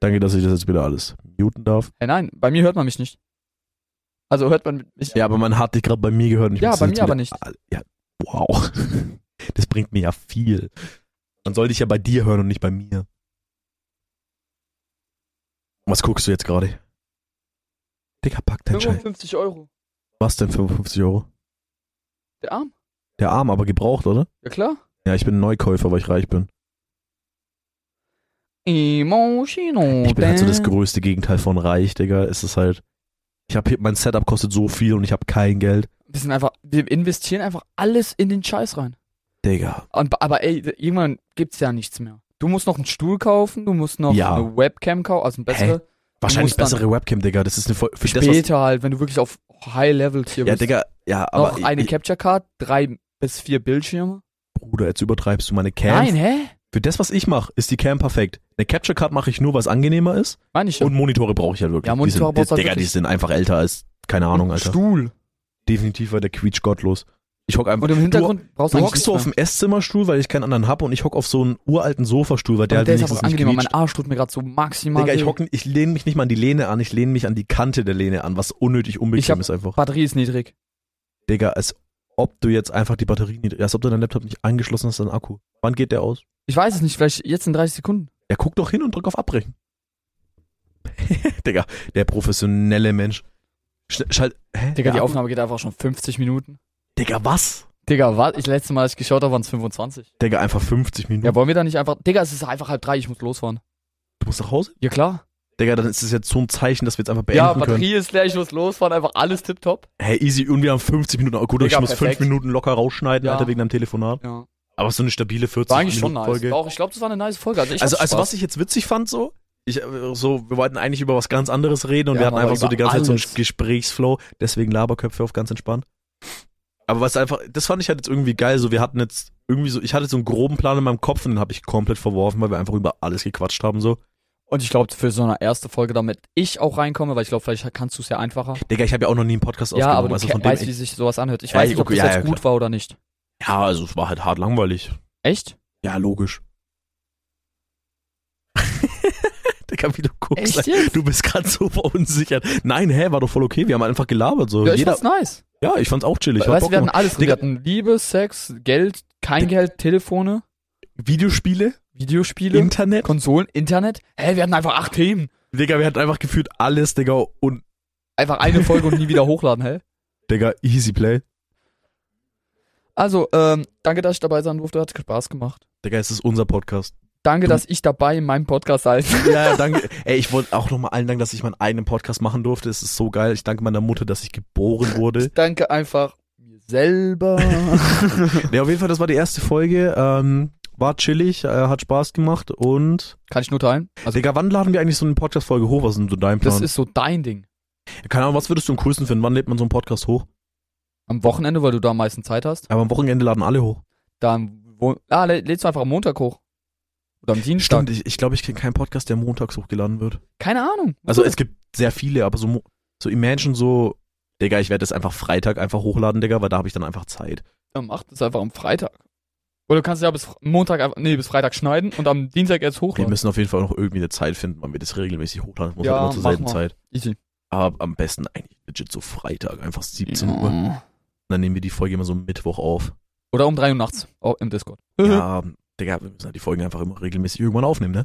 [SPEAKER 2] Danke, dass ich das jetzt wieder alles muten darf.
[SPEAKER 1] Hey, nein, bei mir hört man mich nicht. Also hört man mich.
[SPEAKER 2] Ja, aber man hat dich gerade bei mir gehört. Und ich
[SPEAKER 1] Ja,
[SPEAKER 2] muss
[SPEAKER 1] bei
[SPEAKER 2] das jetzt
[SPEAKER 1] mir aber
[SPEAKER 2] wieder- Ja, wow. Das bringt mir ja viel. Man soll dich ja bei dir hören und nicht bei mir. Was guckst du jetzt gerade? Digga, pack dein Scheiß.
[SPEAKER 1] 55 Euro.
[SPEAKER 2] Was denn 55 Euro?
[SPEAKER 1] Der Arm?
[SPEAKER 2] Der Arm aber gebraucht, oder?
[SPEAKER 1] Ja klar.
[SPEAKER 2] Ja, ich bin ein Neukäufer, weil ich reich bin.
[SPEAKER 1] Emotional.
[SPEAKER 2] Ich bin halt so das
[SPEAKER 1] Dance.
[SPEAKER 2] größte Gegenteil von reich, Digga. Es ist halt. Ich hab hier, mein Setup kostet so viel und ich habe kein Geld.
[SPEAKER 1] Wir sind einfach, wir investieren einfach alles in den Scheiß rein.
[SPEAKER 2] Digga.
[SPEAKER 1] Und, aber ey, irgendwann gibt's ja nichts mehr. Du musst noch einen Stuhl kaufen, du musst noch
[SPEAKER 2] Ja.
[SPEAKER 1] eine Webcam kaufen, also eine bessere.
[SPEAKER 2] Wahrscheinlich
[SPEAKER 1] musst dann-
[SPEAKER 2] bessere Webcam, Digga. Das ist eine voll, für das, was,
[SPEAKER 1] Später halt, wenn du wirklich auf High-Level-Tier
[SPEAKER 2] Ja,
[SPEAKER 1] bist.
[SPEAKER 2] Digga, ja, aber.
[SPEAKER 1] noch eine
[SPEAKER 2] ich,
[SPEAKER 1] Capture Card, drei bis vier Bildschirme.
[SPEAKER 2] Bruder, jetzt übertreibst du meine Cam.
[SPEAKER 1] Nein, hä?
[SPEAKER 2] Für das, was ich mache, ist die Cam perfekt. Eine Capture Card mache ich nur, weil es angenehmer ist.
[SPEAKER 1] Meine ich ja.
[SPEAKER 2] Und Monitore brauche ich halt wirklich.
[SPEAKER 1] Ja,
[SPEAKER 2] Die
[SPEAKER 1] Monitore
[SPEAKER 2] sind,
[SPEAKER 1] brauchst du halt
[SPEAKER 2] Digga,
[SPEAKER 1] wirklich.
[SPEAKER 2] die sind einfach älter als, keine Ahnung, Alter.
[SPEAKER 1] Stuhl.
[SPEAKER 2] Definitiv war der Quietsch gottlos. Ich hock einfach.
[SPEAKER 1] Und im Hintergrund brauchst
[SPEAKER 2] Du
[SPEAKER 1] eigentlich
[SPEAKER 2] hockst so auf
[SPEAKER 1] nichts
[SPEAKER 2] dem Esszimmerstuhl, weil ich keinen anderen hab und ich hock auf so einen uralten Sofastuhl, weil der
[SPEAKER 1] mehr. Und
[SPEAKER 2] halt
[SPEAKER 1] der ist einfach
[SPEAKER 2] wenigstens nicht
[SPEAKER 1] angenehmer.
[SPEAKER 2] quietscht.
[SPEAKER 1] Mein Arsch tut mir gerade so maximal.
[SPEAKER 2] Digga, ich,
[SPEAKER 1] weh.
[SPEAKER 2] hock, ich lehne mich nicht mal an die Lehne an, ich lehne mich an die Kante der Lehne an, was
[SPEAKER 1] Ich
[SPEAKER 2] unnötig
[SPEAKER 1] hab-
[SPEAKER 2] unbequem ist einfach.
[SPEAKER 1] Batterie ist niedrig.
[SPEAKER 2] Digga, als ob du jetzt einfach die Batterie nicht, als ob du deinen Laptop nicht angeschlossen hast an den Akku. Wann geht der aus?
[SPEAKER 1] Ich weiß es nicht, vielleicht jetzt in 30 Sekunden.
[SPEAKER 2] Ja, guck doch hin und drück auf Abbrechen. Digga, der professionelle Mensch. Sch schalt,
[SPEAKER 1] Digga,
[SPEAKER 2] hä?
[SPEAKER 1] die
[SPEAKER 2] Der Akku-
[SPEAKER 1] Aufnahme geht einfach schon 50 Minuten.
[SPEAKER 2] Digga, was?
[SPEAKER 1] Digga, was? Ich letzte Mal, als ich geschaut habe, waren es 25.
[SPEAKER 2] Digga, einfach 50 Minuten.
[SPEAKER 1] Ja, wollen wir da nicht einfach. Digga, es ist einfach halb drei, ich muss losfahren.
[SPEAKER 2] du musst nach Hause?
[SPEAKER 1] Ja, klar.
[SPEAKER 2] Digga, dann ist es jetzt so ein Zeichen, dass wir jetzt einfach beenden
[SPEAKER 1] ja,
[SPEAKER 2] können.
[SPEAKER 1] Batterie ist leer, ich muss losfahren, einfach alles tipptopp.
[SPEAKER 2] Hey, easy, und wir haben 50 Minuten. Gut,
[SPEAKER 1] Digga,
[SPEAKER 2] ich muss
[SPEAKER 1] perfekt.
[SPEAKER 2] 5 Minuten locker rausschneiden,
[SPEAKER 1] Ja.
[SPEAKER 2] Alter, wegen deinem Telefonat.
[SPEAKER 1] Ja.
[SPEAKER 2] Aber so eine stabile 40
[SPEAKER 1] War eigentlich schon
[SPEAKER 2] Minuten
[SPEAKER 1] nice.
[SPEAKER 2] Folge.
[SPEAKER 1] War Auch, ich glaube, das war eine nice Folge. Also, ich
[SPEAKER 2] Also,
[SPEAKER 1] hatte
[SPEAKER 2] also
[SPEAKER 1] Spaß.
[SPEAKER 2] was ich jetzt witzig fand, so, ich, äh, so, wir wollten eigentlich über was ganz anderes reden und
[SPEAKER 1] Ja,
[SPEAKER 2] wir hatten
[SPEAKER 1] aber
[SPEAKER 2] einfach so
[SPEAKER 1] über
[SPEAKER 2] die ganze Zeit so
[SPEAKER 1] alles.
[SPEAKER 2] einen Gesprächsflow, deswegen Laberköpfe auf ganz entspannt. Aber was einfach, das fand ich halt jetzt irgendwie geil, so, wir hatten jetzt irgendwie so, ich hatte so einen groben Plan in meinem Kopf und den habe ich komplett verworfen, weil wir einfach über alles gequatscht haben, so.
[SPEAKER 1] Und ich glaube, für so eine erste Folge, damit ich auch reinkomme, weil ich glaube, vielleicht kannst du es ja einfacher.
[SPEAKER 2] Digga, ich habe ja auch noch nie einen Podcast
[SPEAKER 1] Ja, aber
[SPEAKER 2] aufgenommen,
[SPEAKER 1] du
[SPEAKER 2] also
[SPEAKER 1] ke-
[SPEAKER 2] von dem,
[SPEAKER 1] weißt, wie
[SPEAKER 2] ich,
[SPEAKER 1] sich sowas anhört. Ich
[SPEAKER 2] Ja,
[SPEAKER 1] weiß nicht, ob
[SPEAKER 2] okay,
[SPEAKER 1] das
[SPEAKER 2] ja,
[SPEAKER 1] jetzt
[SPEAKER 2] ja,
[SPEAKER 1] gut war oder nicht.
[SPEAKER 2] ja, also es war halt hart langweilig.
[SPEAKER 1] Echt?
[SPEAKER 2] Ja, logisch. Digga, wie du guckst.
[SPEAKER 1] Echt jetzt?
[SPEAKER 2] Du bist gerade so verunsichert. Nein, hä, war doch voll okay. Wir haben einfach gelabert. So.
[SPEAKER 1] Ja, ich
[SPEAKER 2] Jeder,
[SPEAKER 1] fand's nice.
[SPEAKER 2] ja ich fand's auch chillig. Hat
[SPEAKER 1] weißt,
[SPEAKER 2] Bock
[SPEAKER 1] du, wir hatten
[SPEAKER 2] gemacht.
[SPEAKER 1] alles drin. Wir
[SPEAKER 2] Digga.
[SPEAKER 1] hatten Liebe, Sex, Geld, kein Geld, Telefone,
[SPEAKER 2] Videospiele,
[SPEAKER 1] Videospiele,
[SPEAKER 2] Internet.
[SPEAKER 1] Konsolen, Internet. Hä, wir hatten einfach acht Themen.
[SPEAKER 2] Digga, wir hatten einfach gefühlt alles, Digga. Und,
[SPEAKER 1] Einfach eine Folge und nie wieder hochladen, hä?
[SPEAKER 2] Digga, easy play.
[SPEAKER 1] Also, ähm, danke, dass ich dabei sein durfte. Hat Spaß gemacht.
[SPEAKER 2] Digga, es ist unser Podcast.
[SPEAKER 1] Danke,
[SPEAKER 2] Du-
[SPEAKER 1] dass ich dabei in meinem Podcast sein
[SPEAKER 2] Ja, ja, danke. Ey, ich wollte auch nochmal allen danken, dass ich meinen eigenen Podcast machen durfte. Es ist so geil. Ich danke meiner Mutter, dass ich geboren wurde.
[SPEAKER 1] Ich danke einfach mir selber.
[SPEAKER 2] Ja, auf jeden Fall, das war die erste Folge. Ähm, war chillig, äh, hat Spaß gemacht und.
[SPEAKER 1] Kann ich nur teilen. Also,
[SPEAKER 2] Digga, wann laden wir eigentlich so eine Podcast-Folge hoch? Was ist denn so dein
[SPEAKER 1] das
[SPEAKER 2] Plan?
[SPEAKER 1] ist so dein Ding.
[SPEAKER 2] Keine Ahnung, was würdest du am coolsten finden? Wann lädt man so einen Podcast hoch?
[SPEAKER 1] Am Wochenende, weil du da am meisten Zeit hast.
[SPEAKER 2] Aber am Wochenende laden alle hoch.
[SPEAKER 1] Dann wo, ah, lä- lädst du einfach am Montag hoch. Oder am Dienstag.
[SPEAKER 2] Stimmt, ich, ich glaube, ich kenne keinen Podcast, der montags hochgeladen wird.
[SPEAKER 1] Keine Ahnung.
[SPEAKER 2] Also es gibt sehr viele, aber so, mo- so Imagine so, Digga, ich werde das einfach Freitag einfach hochladen, Digga, weil da habe ich dann einfach Zeit.
[SPEAKER 1] Dann mach das einfach am Freitag. Oder du kannst ja bis Fr- Montag, einfach- nee, bis Freitag schneiden und am Dienstag erst
[SPEAKER 2] Wir
[SPEAKER 1] hochladen.
[SPEAKER 2] müssen auf jeden Fall noch irgendwie eine Zeit finden, wann wir das regelmäßig hochladen. Das muss
[SPEAKER 1] Ja,
[SPEAKER 2] halt immer zur
[SPEAKER 1] mach
[SPEAKER 2] selben
[SPEAKER 1] mal.
[SPEAKER 2] Zeit.
[SPEAKER 1] Easy.
[SPEAKER 2] Aber am besten eigentlich legit so Freitag, einfach 17 Uhr. Und Dann nehmen wir die Folge immer so Mittwoch auf.
[SPEAKER 1] Oh. Oder um 3 Uhr nachts oh, im Discord.
[SPEAKER 2] Ja, Digga, wir müssen halt die Folgen einfach immer regelmäßig irgendwann aufnehmen, ne?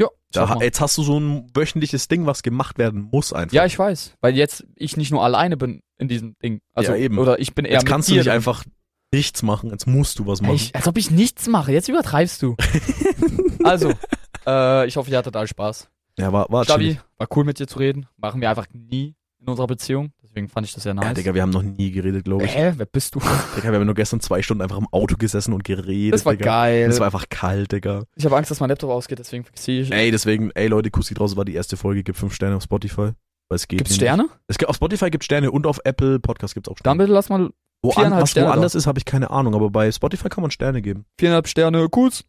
[SPEAKER 1] Ja, schaff
[SPEAKER 2] Da,
[SPEAKER 1] mal.
[SPEAKER 2] jetzt hast du so ein wöchentliches Ding, was gemacht werden muss einfach.
[SPEAKER 1] ja, ich weiß. Weil jetzt ich nicht nur alleine bin in diesem Ding. Also,
[SPEAKER 2] Ja, eben.
[SPEAKER 1] Oder ich bin eher
[SPEAKER 2] jetzt
[SPEAKER 1] mit
[SPEAKER 2] kannst du
[SPEAKER 1] dir
[SPEAKER 2] nicht
[SPEAKER 1] drin.
[SPEAKER 2] einfach nichts machen, jetzt musst du was machen.
[SPEAKER 1] Ey, Ich, als ob ich nichts mache. Jetzt übertreibst du. also, äh, ich hoffe, ihr hattet alle Spaß.
[SPEAKER 2] ja, war, war chillig.
[SPEAKER 1] Stabi, war cool mit dir zu reden. Machen wir einfach nie in unserer Beziehung. Deswegen fand ich das sehr nice.
[SPEAKER 2] Ja, Digga, wir haben noch nie geredet, glaube ich.
[SPEAKER 1] Hä, wer bist du?
[SPEAKER 2] Digga, wir haben nur gestern zwei Stunden einfach im Auto gesessen und geredet.
[SPEAKER 1] Das war
[SPEAKER 2] Digga.
[SPEAKER 1] geil.
[SPEAKER 2] Das war einfach kalt, Digga.
[SPEAKER 1] ich habe Angst, dass mein Laptop ausgeht, deswegen fixiere ich.
[SPEAKER 2] Ey, deswegen, ey Leute, Kussi draußen war die erste Folge, gibt fünf Sterne auf Spotify. Weil es geht
[SPEAKER 1] Gibt's
[SPEAKER 2] nämlich-
[SPEAKER 1] Sterne?
[SPEAKER 2] Es gibt, auf Spotify gibt Sterne und auf Apple Podcast gibt's auch
[SPEAKER 1] Dann
[SPEAKER 2] Sterne.
[SPEAKER 1] bitte lass mal
[SPEAKER 2] Wo an,
[SPEAKER 1] viereinhalb
[SPEAKER 2] was
[SPEAKER 1] Sterne
[SPEAKER 2] woanders ist, habe ich keine Ahnung, aber bei Spotify kann man Sterne geben.
[SPEAKER 1] viereinhalb Sterne. Kurz.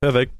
[SPEAKER 2] Perfekt.